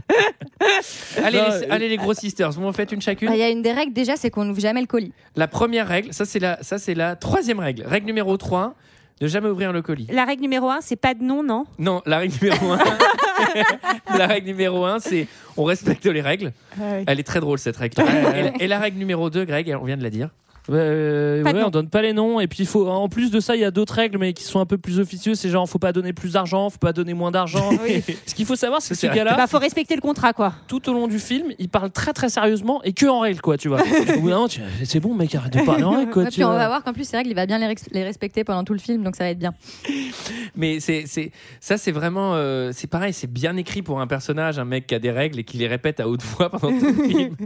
[SPEAKER 1] allez,
[SPEAKER 7] Non,
[SPEAKER 1] les,
[SPEAKER 7] euh,
[SPEAKER 1] allez les gros sisters, vous m'en faites une chacune.
[SPEAKER 11] Bah, Il y a une des règles déjà, c'est qu'on n'ouvre jamais le colis.
[SPEAKER 1] La première règle, ça c'est la, ça, c'est la troisième règle. Règle numéro 3, ne jamais ouvrir le colis.
[SPEAKER 6] La règle numéro un, c'est pas de nom, non
[SPEAKER 1] Non, la règle numéro 1. la règle numéro 1, c'est on respecte les règles. Elle est très drôle cette règle. Et, et la règle numéro 2, Greg, on vient de la dire.
[SPEAKER 7] Ouais, euh,
[SPEAKER 6] Pas de
[SPEAKER 7] ouais,
[SPEAKER 6] nom.
[SPEAKER 7] on donne pas les noms et puis il faut en plus de ça il y a d'autres règles mais qui sont un peu plus officieuses c'est genre faut pas donner plus d'argent faut pas donner moins d'argent ce qu'il faut savoir c'est que ce
[SPEAKER 1] C'est vrai.
[SPEAKER 7] gars-là
[SPEAKER 6] Bah, faut respecter le contrat, quoi.
[SPEAKER 7] tout au long du film il parle très très sérieusement et que en règle quoi tu vois Au bout d'un moment, tu- c'est bon mec arrête de parler en règle quoi
[SPEAKER 11] Ouais,
[SPEAKER 7] tu
[SPEAKER 11] puis on
[SPEAKER 7] vois.
[SPEAKER 11] va voir qu'en plus, ces règles, il va bien les, rex- les respecter pendant tout le film, donc ça va être bien.
[SPEAKER 1] Mais c'est, c'est, ça, c'est vraiment. euh, c'est pareil, c'est bien écrit pour un personnage, un mec qui a des règles et qui les répète à haute voix pendant tout le film.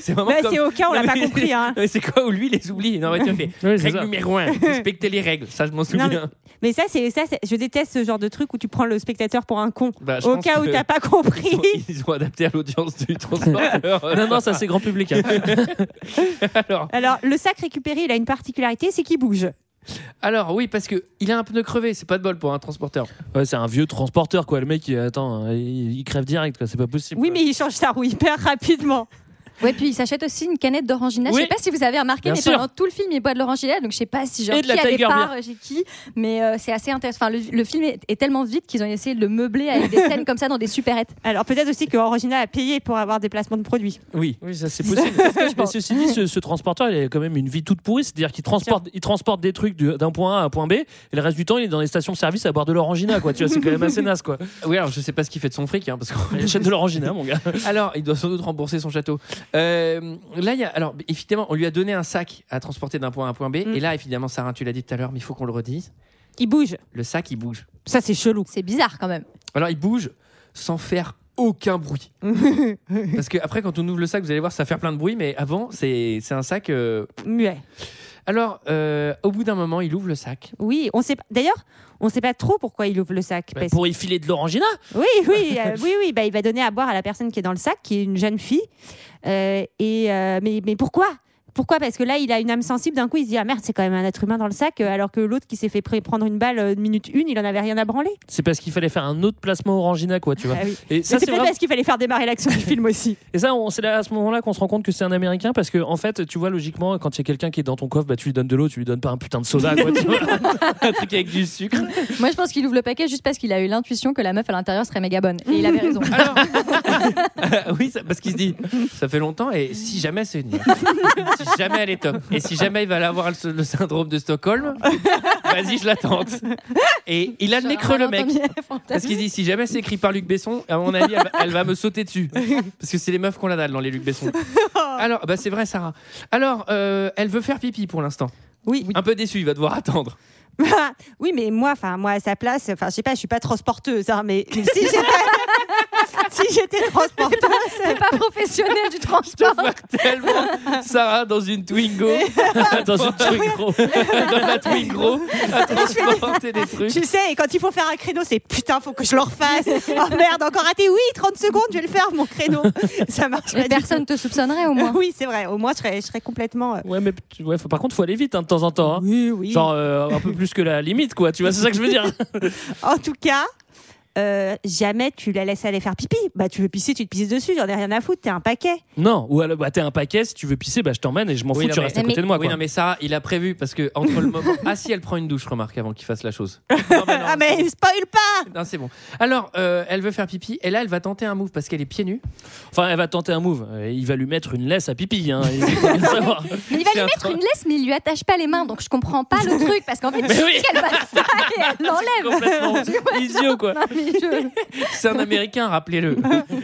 [SPEAKER 1] C'est vraiment.
[SPEAKER 6] Bah,
[SPEAKER 1] comme-
[SPEAKER 6] c'est au cas, on l'a
[SPEAKER 1] Non,
[SPEAKER 6] pas
[SPEAKER 1] mais-
[SPEAKER 6] compris. Hein.
[SPEAKER 1] Non, mais c'est quoi où lui il les oublie Non, mais tu fais.
[SPEAKER 7] Ouais, c'est
[SPEAKER 1] Règle
[SPEAKER 7] ça.
[SPEAKER 1] numéro 1, respectez les règles. Ça, je m'en souviens.
[SPEAKER 6] Mais ça, c'est ça. c'est- Je déteste ce genre de truc où tu prends le spectateur pour un con.
[SPEAKER 1] Bah, je
[SPEAKER 6] Au
[SPEAKER 1] pense
[SPEAKER 6] cas où
[SPEAKER 1] que
[SPEAKER 6] t'as pas
[SPEAKER 1] Ils
[SPEAKER 6] compris.
[SPEAKER 1] ont, ils ont adapté à l'audience du transporteur.
[SPEAKER 7] non non ça c'est grand public hein.
[SPEAKER 1] alors,
[SPEAKER 6] Alors, le sac récupéré, il a une particularité, c'est qu'il bouge.
[SPEAKER 1] alors, oui, parce que il a un pneu crevé, c'est pas de bol pour un transporteur.
[SPEAKER 7] Ouais, c'est un vieux transporteur quoi le mec il, attends il, il crève direct quoi c'est pas possible
[SPEAKER 6] Oui,
[SPEAKER 7] quoi.
[SPEAKER 6] mais il change sa roue hyper rapidement.
[SPEAKER 11] Ouais, puis il s'achète aussi une canette d'oranginat.
[SPEAKER 7] Oui.
[SPEAKER 11] Je sais pas si vous avez remarqué,
[SPEAKER 7] Bien
[SPEAKER 11] mais
[SPEAKER 7] sûr.
[SPEAKER 11] pendant tout le film, il boit de l'oranginat, donc je sais pas si genre
[SPEAKER 7] Et de la
[SPEAKER 11] qui a des
[SPEAKER 7] Tiger Beer.
[SPEAKER 11] parts euh, chez qui, mais euh, c'est assez intéressant. Enfin, le, le film est, est tellement vite qu'ils ont essayé de le meubler avec des scènes comme ça dans des supérettes.
[SPEAKER 6] Alors, peut-être aussi que Orangina a payé pour avoir des placements de produits.
[SPEAKER 1] Oui.
[SPEAKER 7] Oui, ça c'est possible. Mais ceci dit, ce, ce transporteur, il a quand même une vie toute pourrie. C'est-à-dire qu'il transporte, il transporte des trucs du- d'un point A à un point B, et le reste du temps, il est dans les stations-service à boire de l'orangina, quoi. Tu vois, c'est quand même assez naze, quoi.
[SPEAKER 1] Oui, alors je sais pas ce qu'il fait de son fric, hein, parce qu'on
[SPEAKER 7] Il achète de l'orangina, mon gars.
[SPEAKER 1] Alors, il doit sans doute rembourser son château. Euh, là, il y a, alors, évidemment, on lui a donné un sac à transporter d'un point A à un point B.
[SPEAKER 6] Mm.
[SPEAKER 1] Et là, évidemment, Sarah, tu l'as dit tout à l'heure, mais il faut qu'on le redise.
[SPEAKER 6] Il bouge.
[SPEAKER 1] Le sac, il bouge.
[SPEAKER 6] Ça, c'est chelou.
[SPEAKER 11] C'est bizarre quand même.
[SPEAKER 1] Alors, il bouge sans faire aucun bruit. Parce que après, quand on ouvre le sac, vous allez voir, ça va faire plein de bruit. Mais avant, c'est c'est un sac. euh,
[SPEAKER 6] Muet.
[SPEAKER 1] Alors, euh, au bout d'un moment, il ouvre le sac.
[SPEAKER 6] Oui, on sait. pas- D'ailleurs, on sait pas trop pourquoi il ouvre le sac. parce-
[SPEAKER 7] Bah, Pour y filer de l'orangina.
[SPEAKER 6] Oui, oui, euh, oui, oui. Bah, il va donner à boire à la personne qui est dans le sac, qui est une jeune fille. Euh, et euh, mais, mais pourquoi Pourquoi Parce que là, il a une âme sensible. D'un coup, il se dit ah merde, c'est quand même un être humain dans le sac, euh, alors que l'autre qui s'est fait pré- prendre une balle euh, de minute une, il en avait rien à branler.
[SPEAKER 7] C'est parce qu'il fallait faire un autre placement orangina, quoi, tu vois.
[SPEAKER 6] Ah oui.
[SPEAKER 7] Et
[SPEAKER 6] Mais
[SPEAKER 7] Bah
[SPEAKER 6] c'est
[SPEAKER 7] ça, c'est
[SPEAKER 6] peut-être
[SPEAKER 7] vraiment-
[SPEAKER 6] parce qu'il fallait faire démarrer l'action du film aussi.
[SPEAKER 7] Et ça, on- c'est là, à ce moment-là qu'on se rend compte que c'est un Américain parce que, en fait, tu vois, logiquement, quand il y a quelqu'un qui est dans ton coffre, bah, tu lui donnes de l'eau, tu lui donnes pas un putain de soda, quoi. tu vois.
[SPEAKER 1] Un truc avec du sucre.
[SPEAKER 11] Moi, je pense qu'il ouvre le paquet juste parce qu'il a eu l'intuition que la meuf à l'intérieur serait méga bonne. Et il avait raison.
[SPEAKER 1] Alors, Ah oui, ça- parce qu'il se dit, ça fait longtemps et si jamais c'est une meuf, si jamais elle est top, et si jamais il va avoir le, le syndrome de Stockholm, vas-y, je la tente. Et il a le nez creux, le mec. Parce qu'il se dit, si jamais c'est écrit par Luc Besson, à mon avis, elle, va- elle va me sauter dessus. Parce que c'est les meufs qu'on la dalle dans les Luc Besson. Alors, bah c'est vrai, Sarah. Alors, euh, elle veut faire pipi pour l'instant.
[SPEAKER 6] Oui.
[SPEAKER 1] Un peu déçu, il va devoir attendre.
[SPEAKER 6] Bah, oui, mais moi, enfin, moi à sa place, enfin, je sais pas, je suis pas transporteuse, hein, mais mais si j'ai pas, si j'étais transporteur,
[SPEAKER 11] c'est pas professionnel du transport.
[SPEAKER 1] tellement Sarah dans une Twingo, dans une Twingo, dans la Twingo, à transporter des trucs.
[SPEAKER 6] Tu sais, et quand il faut faire un créneau, c'est putain, faut que je le refasse. Oh merde, encore raté. Oui, 30 secondes, je vais le faire, mon créneau. Ça marche pas.
[SPEAKER 11] Mais
[SPEAKER 6] du tout.
[SPEAKER 11] personne te soupçonnerait au moins.
[SPEAKER 6] Oui, c'est vrai. Au moins, je serais, je serais complètement. euh,
[SPEAKER 7] Ouais, mais tu- ouais, faut- par contre, faut aller vite hein, de temps en
[SPEAKER 1] Oh.
[SPEAKER 7] temps. hein.
[SPEAKER 6] Oui, oui.
[SPEAKER 7] Genre euh, un peu plus que la limite, quoi. Tu vois, c'est ça que je veux dire.
[SPEAKER 6] En tout cas, euh, jamais tu la laisses aller faire pipi. Bah, tu veux pisser, tu te pisses dessus. J'en ai rien à foutre. T'es un paquet.
[SPEAKER 7] Non, ou alors, bah, t'es un paquet, si tu veux pisser, bah, je t'emmène et je m'en
[SPEAKER 1] Oui,
[SPEAKER 7] fous,
[SPEAKER 1] non,
[SPEAKER 7] tu
[SPEAKER 1] mais-
[SPEAKER 7] restes à côté de moi.
[SPEAKER 1] Oui,
[SPEAKER 7] quoi.
[SPEAKER 1] non, mais Sarah, il a prévu parce que entre le moment. Ah, si elle prend une douche, remarque, avant qu'il fasse la chose. Non, mais non,
[SPEAKER 6] Ah, mais spoil pas.
[SPEAKER 1] non, c'est bon. Alors, euh, elle veut faire pipi et là, elle va tenter un move parce qu'elle est pieds nus.
[SPEAKER 7] Enfin, elle va tenter un move. Euh, Il va lui mettre une laisse à pipi. Hein. Il faut bien savoir.
[SPEAKER 11] Mais il va
[SPEAKER 1] C'est
[SPEAKER 11] lui
[SPEAKER 1] un
[SPEAKER 11] mettre
[SPEAKER 1] tra-
[SPEAKER 11] une laisse, mais il lui attache pas les mains, donc je comprends pas le truc parce qu'en fait,
[SPEAKER 7] Mais
[SPEAKER 11] tu
[SPEAKER 7] oui.
[SPEAKER 11] dis qu'elle va ça et elle
[SPEAKER 7] Complètement
[SPEAKER 11] l'enlève.
[SPEAKER 7] idiot, quoi.
[SPEAKER 11] Non, mais je-
[SPEAKER 1] C'est un américain, rappelez-le.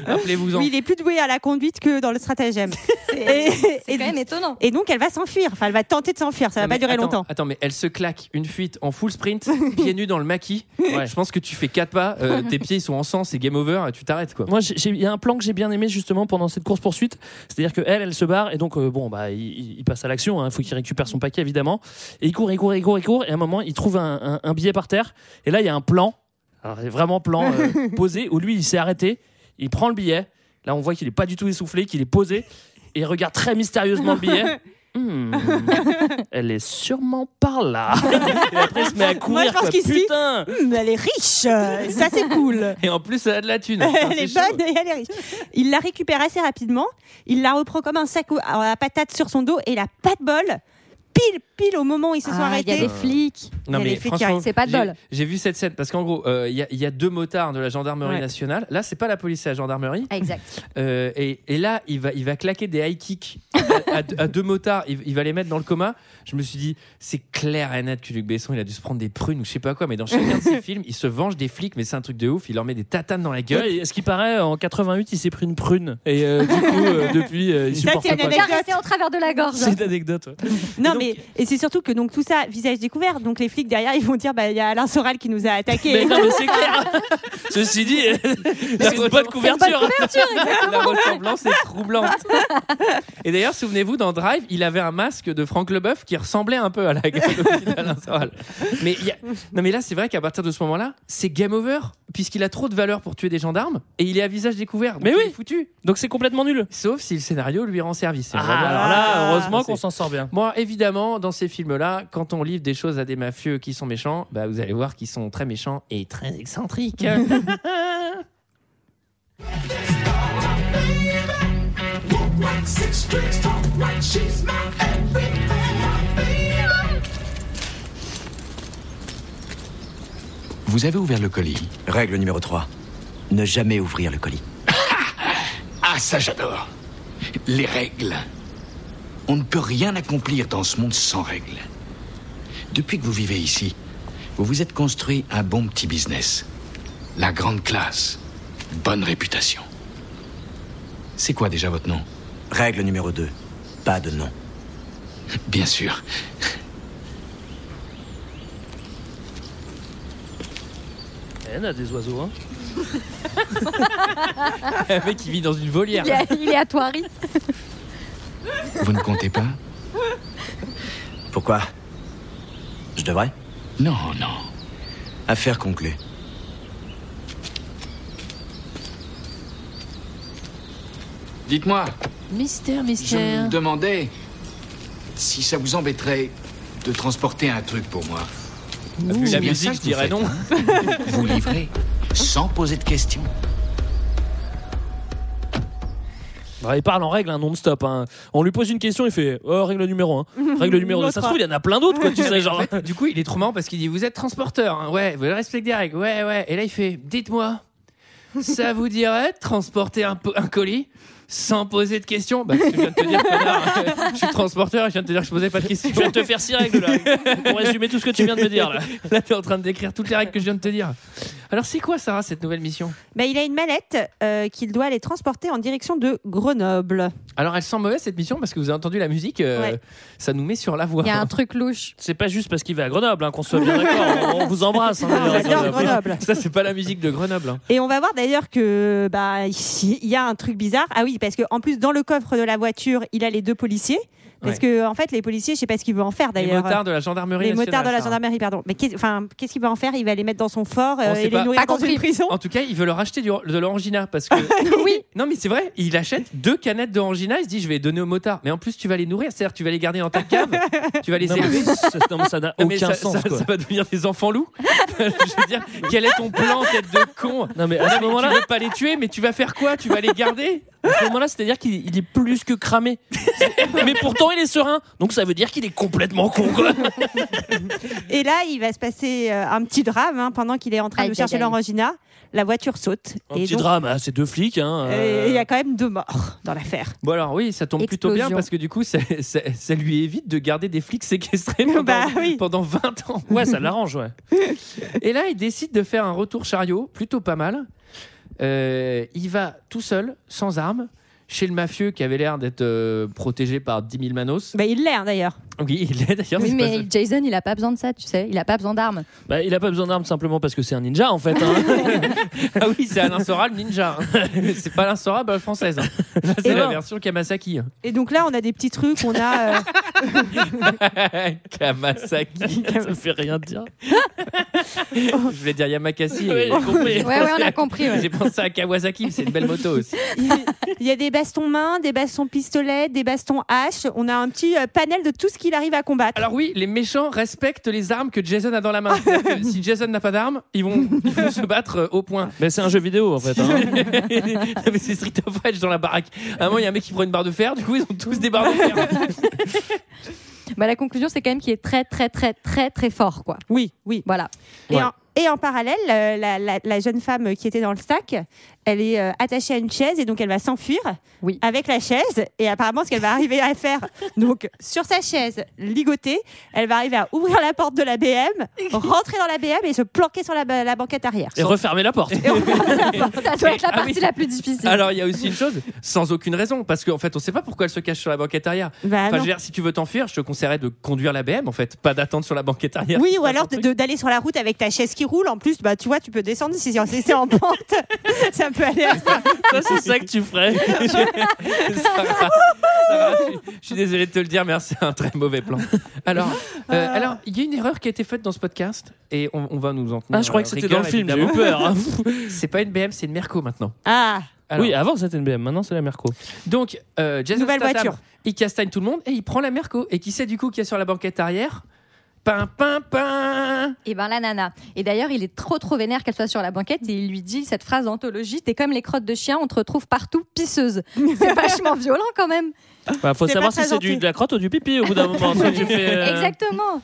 [SPEAKER 1] Rappelez-vous-en.
[SPEAKER 6] Oui, il est plus doué à la conduite que dans le stratagème.
[SPEAKER 11] C'est
[SPEAKER 6] Et-
[SPEAKER 11] c'est quand même étonnant.
[SPEAKER 6] Et donc, elle va s'enfuir. Enfin, elle va tenter de s'enfuir. Ça va
[SPEAKER 1] Non,
[SPEAKER 6] pas
[SPEAKER 1] mais
[SPEAKER 6] durer
[SPEAKER 1] attends,
[SPEAKER 6] longtemps.
[SPEAKER 1] Attends, mais elle se claque une fuite en full sprint, pieds nus dans le maquis.
[SPEAKER 7] Ouais.
[SPEAKER 1] Je pense que tu fais quatre pas, euh, tes pieds ils sont en sang, c'est game over et tu t'arrêtes quoi.
[SPEAKER 7] Moi, j'ai- j'ai- il y a un plan que j'ai bien aimé justement pendant cette course poursuite. C'est-à-dire que elle, elle se barre et donc euh, bon bah il- il, il passe à l'action. hein. Il faut qu'il récupère son paquet évidemment. Et il court, il court, il court, il court. Et à un moment, il trouve un, un- un billet par terre. Et là, il y a un plan, alors, vraiment plan euh, posé où lui, il s'est arrêté. Il prend le billet. Là, on voit qu'il est pas du tout essoufflé, qu'il est posé et il regarde très mystérieusement le billet. Hmm, elle est sûrement par là. Et après, il se met à courir.
[SPEAKER 6] Moi, je pense
[SPEAKER 7] quoi.
[SPEAKER 6] qu'il se dit-
[SPEAKER 7] Putain.
[SPEAKER 6] Hum, elle est riche. euh, Ça, c'est cool.
[SPEAKER 1] Et en plus, elle a de la thune. Putain,
[SPEAKER 6] Elle est
[SPEAKER 1] c'est chaud.
[SPEAKER 6] bonne et elle est riche. Il la récupère assez rapidement. Il la reprend comme un sac à à patates sur son dos et il a pas de bol. Pile, pile au moment où ils se sont
[SPEAKER 11] Ah, Il y a
[SPEAKER 6] arrêtés.
[SPEAKER 11] des flics.
[SPEAKER 1] Non,
[SPEAKER 6] Il y a
[SPEAKER 1] mais
[SPEAKER 6] les flics qui
[SPEAKER 1] franchement,
[SPEAKER 11] arrivent. C'est pas de
[SPEAKER 1] j'ai-
[SPEAKER 11] bol.
[SPEAKER 1] J'ai vu cette scène parce qu'en gros, euh, il y, a- il y a deux motards de la gendarmerie
[SPEAKER 6] Ouais.
[SPEAKER 1] nationale. Là, c'est pas la police, c'est la gendarmerie.
[SPEAKER 11] Ah, Exact.
[SPEAKER 1] Euh, et, et là, il va, il va claquer des high kicks à, à- à deux motards. Il, il va les mettre dans le coma. Je me suis dit, c'est clair et net que Luc Besson, il a dû se prendre des prunes ou je sais pas quoi. Mais dans chacun de ses films, il se venge des flics, mais c'est un truc de ouf. Il leur met des tatanes dans la gueule.
[SPEAKER 7] Ouais, et ce qui paraît, en 88, il s'est pris une prune. Et euh, du coup, euh, depuis, euh, il
[SPEAKER 6] Ça,
[SPEAKER 7] supporte
[SPEAKER 6] c'est une
[SPEAKER 7] pas.
[SPEAKER 6] anecdote.
[SPEAKER 11] Caressé en travers de la gorge.
[SPEAKER 7] C'est une anecdote. ouais.
[SPEAKER 6] Non,
[SPEAKER 7] donc-
[SPEAKER 6] mais et c'est surtout que donc tout ça visage découvert. Donc les flics derrière, ils vont dire bah il y a Alain Soral qui nous a attaqué.
[SPEAKER 7] Mais non, mais c'est clair. Ceci dit, c'est une bonne couverture.
[SPEAKER 1] La ressemblance est troublante. Et d'ailleurs, souvenez-vous, dans Drive, il avait un masque de Franck Leboeuf qui ressemblait un peu à la galope d'Alain Soral. hein, Mais, il y a- non, mais là, c'est vrai qu'à partir de ce moment-là, c'est game over, puisqu'il a trop de valeur pour tuer des gendarmes et il est à visage découvert. Donc
[SPEAKER 7] Mais
[SPEAKER 1] il
[SPEAKER 7] oui.
[SPEAKER 1] est foutu.
[SPEAKER 7] Donc c'est complètement nul.
[SPEAKER 1] Sauf si le scénario lui rend service.
[SPEAKER 7] Ah, alors là, heureusement qu'on
[SPEAKER 1] Ah, C'est-
[SPEAKER 7] s'en sort bien.
[SPEAKER 1] Moi, évidemment, dans ces films-là, quand on livre des choses à des mafieux qui sont méchants, bah, vous allez voir qu'ils sont très méchants et très excentriques.
[SPEAKER 8] Vous avez ouvert le colis.
[SPEAKER 4] Règle numéro 3. Ne jamais ouvrir le colis.
[SPEAKER 2] Ah, ça j'adore. Les règles.
[SPEAKER 8] On ne peut rien accomplir dans ce monde sans règles. Depuis que vous vivez ici, vous vous êtes construit un bon petit business. La grande classe. Bonne réputation. C'est quoi déjà votre nom
[SPEAKER 4] Règle numéro 2. Pas de nom.
[SPEAKER 8] Bien sûr.
[SPEAKER 7] Il y a des oiseaux. Hein.
[SPEAKER 1] Un mec qui vit dans une volière.
[SPEAKER 11] Il est, il est à Thoiry.
[SPEAKER 8] Vous ne comptez pas
[SPEAKER 4] Pourquoi Je devrais
[SPEAKER 8] Non, non.
[SPEAKER 4] Affaire conclue.
[SPEAKER 8] Dites-moi,
[SPEAKER 10] Mystère,
[SPEAKER 8] je me demandais si ça vous embêterait de transporter un truc pour moi.
[SPEAKER 1] Vu
[SPEAKER 8] C'est
[SPEAKER 1] la
[SPEAKER 8] bien
[SPEAKER 1] musique,
[SPEAKER 8] ça que
[SPEAKER 1] je
[SPEAKER 8] vous
[SPEAKER 1] dirais
[SPEAKER 8] faites,
[SPEAKER 1] non.
[SPEAKER 8] Vous livrez sans poser de questions.
[SPEAKER 7] Bah, il parle en règle hein, non-stop. hein. On lui pose une question, il fait oh, règle numéro 1, règle numéro 2. Ça se trouve, il y en a plein d'autres, quoi, tu sais. Genre.
[SPEAKER 1] Du coup, il est trop marrant parce qu'il dit Vous êtes transporteur, hein, ouais, vous respectez des règles, ouais, ouais. Et là, il fait Dites-moi, ça vous dirait de transporter un, po- un colis sans poser de questions Bah, c'est ce que je viens de te dire, connard. Je suis transporteur et je viens de te dire que je posais pas de questions.
[SPEAKER 7] Je viens de te faire six règles là. Pour résumer tout ce que tu viens de me dire là.
[SPEAKER 1] Là, t'es en train de décrire toutes les règles que je viens de te dire. Alors, c'est quoi, Sarah, cette nouvelle mission
[SPEAKER 6] Bah, il a une mallette euh, qu'il doit aller transporter en direction de Grenoble.
[SPEAKER 1] Alors, elle sent mauvaise, cette mission, parce que vous avez entendu la musique, euh,
[SPEAKER 6] Ouais.
[SPEAKER 1] ça nous met sur la voie.
[SPEAKER 11] Il y a un truc louche.
[SPEAKER 7] C'est pas juste parce qu'il va à Grenoble, hein, qu'on soit bien d'accord. On vous embrasse. hein,
[SPEAKER 6] Ah,
[SPEAKER 7] d'ailleurs,
[SPEAKER 6] J'adore Grenoble.
[SPEAKER 1] Ça, c'est pas la musique de Grenoble. hein.
[SPEAKER 6] Et on va voir d'ailleurs que bah il y a un truc bizarre. Ah oui, parce que en plus dans le coffre de la voiture, il a les deux policiers. Parce
[SPEAKER 1] Ouais.
[SPEAKER 6] que en fait, les policiers, je sais pas ce qu'ils veulent en faire
[SPEAKER 1] Les
[SPEAKER 6] d'ailleurs. euh,
[SPEAKER 1] motards de la gendarmerie.
[SPEAKER 6] Les motards
[SPEAKER 1] nationale,
[SPEAKER 6] de la
[SPEAKER 1] Sarah.
[SPEAKER 6] gendarmerie, pardon. Mais qu'est- enfin, qu'est-ce qu'il va en faire Il va les mettre dans son fort euh,
[SPEAKER 1] On sait
[SPEAKER 6] et
[SPEAKER 1] pas.
[SPEAKER 6] les nourrir
[SPEAKER 11] Pas
[SPEAKER 6] dans
[SPEAKER 11] compris.
[SPEAKER 6] une prison.
[SPEAKER 1] En tout cas, il veut leur acheter du, de l'orangina parce que.
[SPEAKER 11] Oui.
[SPEAKER 1] Non, mais c'est vrai, il achète deux canettes d'orangina, il se dit je vais donner aux motards. Mais en plus, tu vas les nourrir, c'est-à-dire tu vas les garder dans ta cave, tu vas les
[SPEAKER 7] Non, mais
[SPEAKER 1] élever.
[SPEAKER 7] ça- non, mais ça n'a
[SPEAKER 1] Non,
[SPEAKER 7] aucun
[SPEAKER 1] mais ça,
[SPEAKER 7] sens.
[SPEAKER 1] ça-
[SPEAKER 7] quoi.
[SPEAKER 1] ça va devenir des enfants loups. je veux dire, quel est ton plan, tête de con
[SPEAKER 7] Non, mais à ce moment-là,
[SPEAKER 1] Tu veux pas les tuer, mais tu vas faire quoi Tu vas les garder
[SPEAKER 7] à ce moment-là, c'est-à-dire qu'il il est plus que cramé. mais pourtant, il est serein. Donc ça veut dire qu'il est complètement con. Quoi.
[SPEAKER 6] Et là, il va se passer euh, un petit drame hein, pendant qu'il est en train
[SPEAKER 11] Aïe,
[SPEAKER 6] de
[SPEAKER 11] aïe,
[SPEAKER 6] chercher
[SPEAKER 11] aïe.
[SPEAKER 6] l'orangina. La voiture saute
[SPEAKER 7] Un
[SPEAKER 6] et
[SPEAKER 7] petit
[SPEAKER 6] donc,
[SPEAKER 7] drame. ah, c'est deux flics. Hein,
[SPEAKER 6] euh,
[SPEAKER 7] euh.
[SPEAKER 6] il y a quand même deux morts dans l'affaire.
[SPEAKER 1] Bon, alors oui, ça tombe plutôt bien
[SPEAKER 11] Explosion.
[SPEAKER 1] parce que du coup, ça, ça- ça lui évite de garder des flics séquestrés pendant,
[SPEAKER 6] Bah oui.
[SPEAKER 1] pendant 20 ans.
[SPEAKER 7] Ouais, ça l'arrange. Ouais.
[SPEAKER 1] Et là, il décide de faire un retour chariot, plutôt pas mal. Euh, il va tout seul, sans armes, chez le mafieux qui avait l'air d'être euh, protégé par 10 000 manos.
[SPEAKER 6] Bah, il l'est hein, d'ailleurs.
[SPEAKER 7] euh,
[SPEAKER 1] Oui, il est d'ailleurs.
[SPEAKER 11] Oui,
[SPEAKER 1] c'est
[SPEAKER 11] mais
[SPEAKER 1] pas-
[SPEAKER 11] Jason, il a pas besoin de ça, tu sais. Il a pas besoin d'armes.
[SPEAKER 7] Bah, il a pas besoin d'armes simplement parce que c'est un ninja en fait. hein.
[SPEAKER 1] Ah oui, c'est Alain Sora, le ninja. hein. c'est pas Alain Sora, bah, française. hein. Là, C'est
[SPEAKER 6] Et
[SPEAKER 1] la
[SPEAKER 6] non.
[SPEAKER 1] version Kamasaki. hein.
[SPEAKER 6] Et donc là, on a des petits trucs. On a euh,
[SPEAKER 1] Kamasaki.
[SPEAKER 7] ça fait rien dire.
[SPEAKER 1] Je voulais dire Yamakasi.
[SPEAKER 7] Oui, j'ai compris.
[SPEAKER 11] Ouais, ouais, on a compris. ouais.
[SPEAKER 1] J'ai pensé à Kawasaki, mais c'est une belle moto aussi.
[SPEAKER 6] Il y a des bastons mains, des bastons pistolets, des bastons haches. On a un petit euh, panel de tout ce qu'il arrive à combattre.
[SPEAKER 1] Alors oui, les méchants respectent les armes que Jason a dans la main. C'est-à-dire que si Jason n'a pas d'armes, ils vont, ils vont se battre euh, au point.
[SPEAKER 7] Mais c'est un jeu vidéo en fait. hein.
[SPEAKER 1] Non, mais c'est Street of Rage dans la baraque. À un moment, il y a un mec qui prend une barre de fer, du coup, ils ont tous des barres de fer.
[SPEAKER 11] Bah, la conclusion, c'est quand même qu'il est très, très, très, très, très fort, quoi.
[SPEAKER 6] Oui, oui.
[SPEAKER 11] Voilà.
[SPEAKER 6] Et,
[SPEAKER 1] Ouais.
[SPEAKER 6] en, et en parallèle, euh, la, la- la jeune femme qui était dans le sac, elle est euh, attachée à une chaise et donc elle va s'enfuir
[SPEAKER 11] Oui.
[SPEAKER 6] avec la chaise. Et apparemment, ce qu'elle va arriver à faire, donc sur sa chaise ligotée, elle va arriver à ouvrir la porte de la BM, rentrer dans la BM et se planquer sur la, ba- la banquette arrière.
[SPEAKER 7] Et refermer la porte.
[SPEAKER 11] Ça doit être la
[SPEAKER 1] Ah oui.
[SPEAKER 11] partie la plus difficile.
[SPEAKER 1] Alors, il y a aussi une chose, sans aucune raison, parce qu'en fait, on sait pas pourquoi elle se cache sur la banquette arrière.
[SPEAKER 11] Ah
[SPEAKER 6] Bah,
[SPEAKER 1] Enfin, je
[SPEAKER 6] non.
[SPEAKER 1] veux dire, si tu veux t'enfuir, je te conseillerais de conduire la BM, en fait, pas d'attendre sur la banquette arrière.
[SPEAKER 6] Oui, ou alors de- de- d'aller sur la route avec ta chaise qui roule. En plus, bah, tu vois, tu peux descendre si si c'est en pente. ça peut aller à ça.
[SPEAKER 7] Ça, c'est ça que tu ferais.
[SPEAKER 1] Sarah, Sarah, je, suis- je suis désolé de te le dire, mais c'est un très mauvais plan. Alors, euh,
[SPEAKER 7] Ah.
[SPEAKER 1] alors, il y a une erreur qui a été faite dans ce podcast, et on, on va nous en tenir.
[SPEAKER 7] Ah, je croyais que
[SPEAKER 1] euh,
[SPEAKER 7] c'était dans le
[SPEAKER 1] rigueur,
[SPEAKER 7] film, j'ai eu
[SPEAKER 1] évidemment.
[SPEAKER 7] peur. hein.
[SPEAKER 1] C'est pas une BM, c'est une Merco maintenant.
[SPEAKER 6] Ah,
[SPEAKER 1] Alors,
[SPEAKER 7] Oui, avant c'était une BM, maintenant c'est la Merco.
[SPEAKER 1] Donc, euh, Jason
[SPEAKER 6] Nouvelle
[SPEAKER 1] Statham,
[SPEAKER 6] voiture.
[SPEAKER 1] il castagne tout le monde et il prend la Merco. Et qui sait du coup qui est sur la banquette arrière Pin, pin, pin
[SPEAKER 11] Et ben la nana. Et d'ailleurs, il est trop trop vénère qu'elle soit sur la banquette et il lui dit cette phrase d'anthologie T'es comme les crottes de chien, on te retrouve partout pisseuse. C'est vachement violent quand même.
[SPEAKER 7] Bah, faut
[SPEAKER 6] C'est
[SPEAKER 7] savoir
[SPEAKER 6] pas
[SPEAKER 7] si
[SPEAKER 6] très
[SPEAKER 7] c'est du-
[SPEAKER 6] gentil.
[SPEAKER 7] de la crotte ou du pipi au bout d'un moment. Soit tu fais, euh,
[SPEAKER 11] Exactement.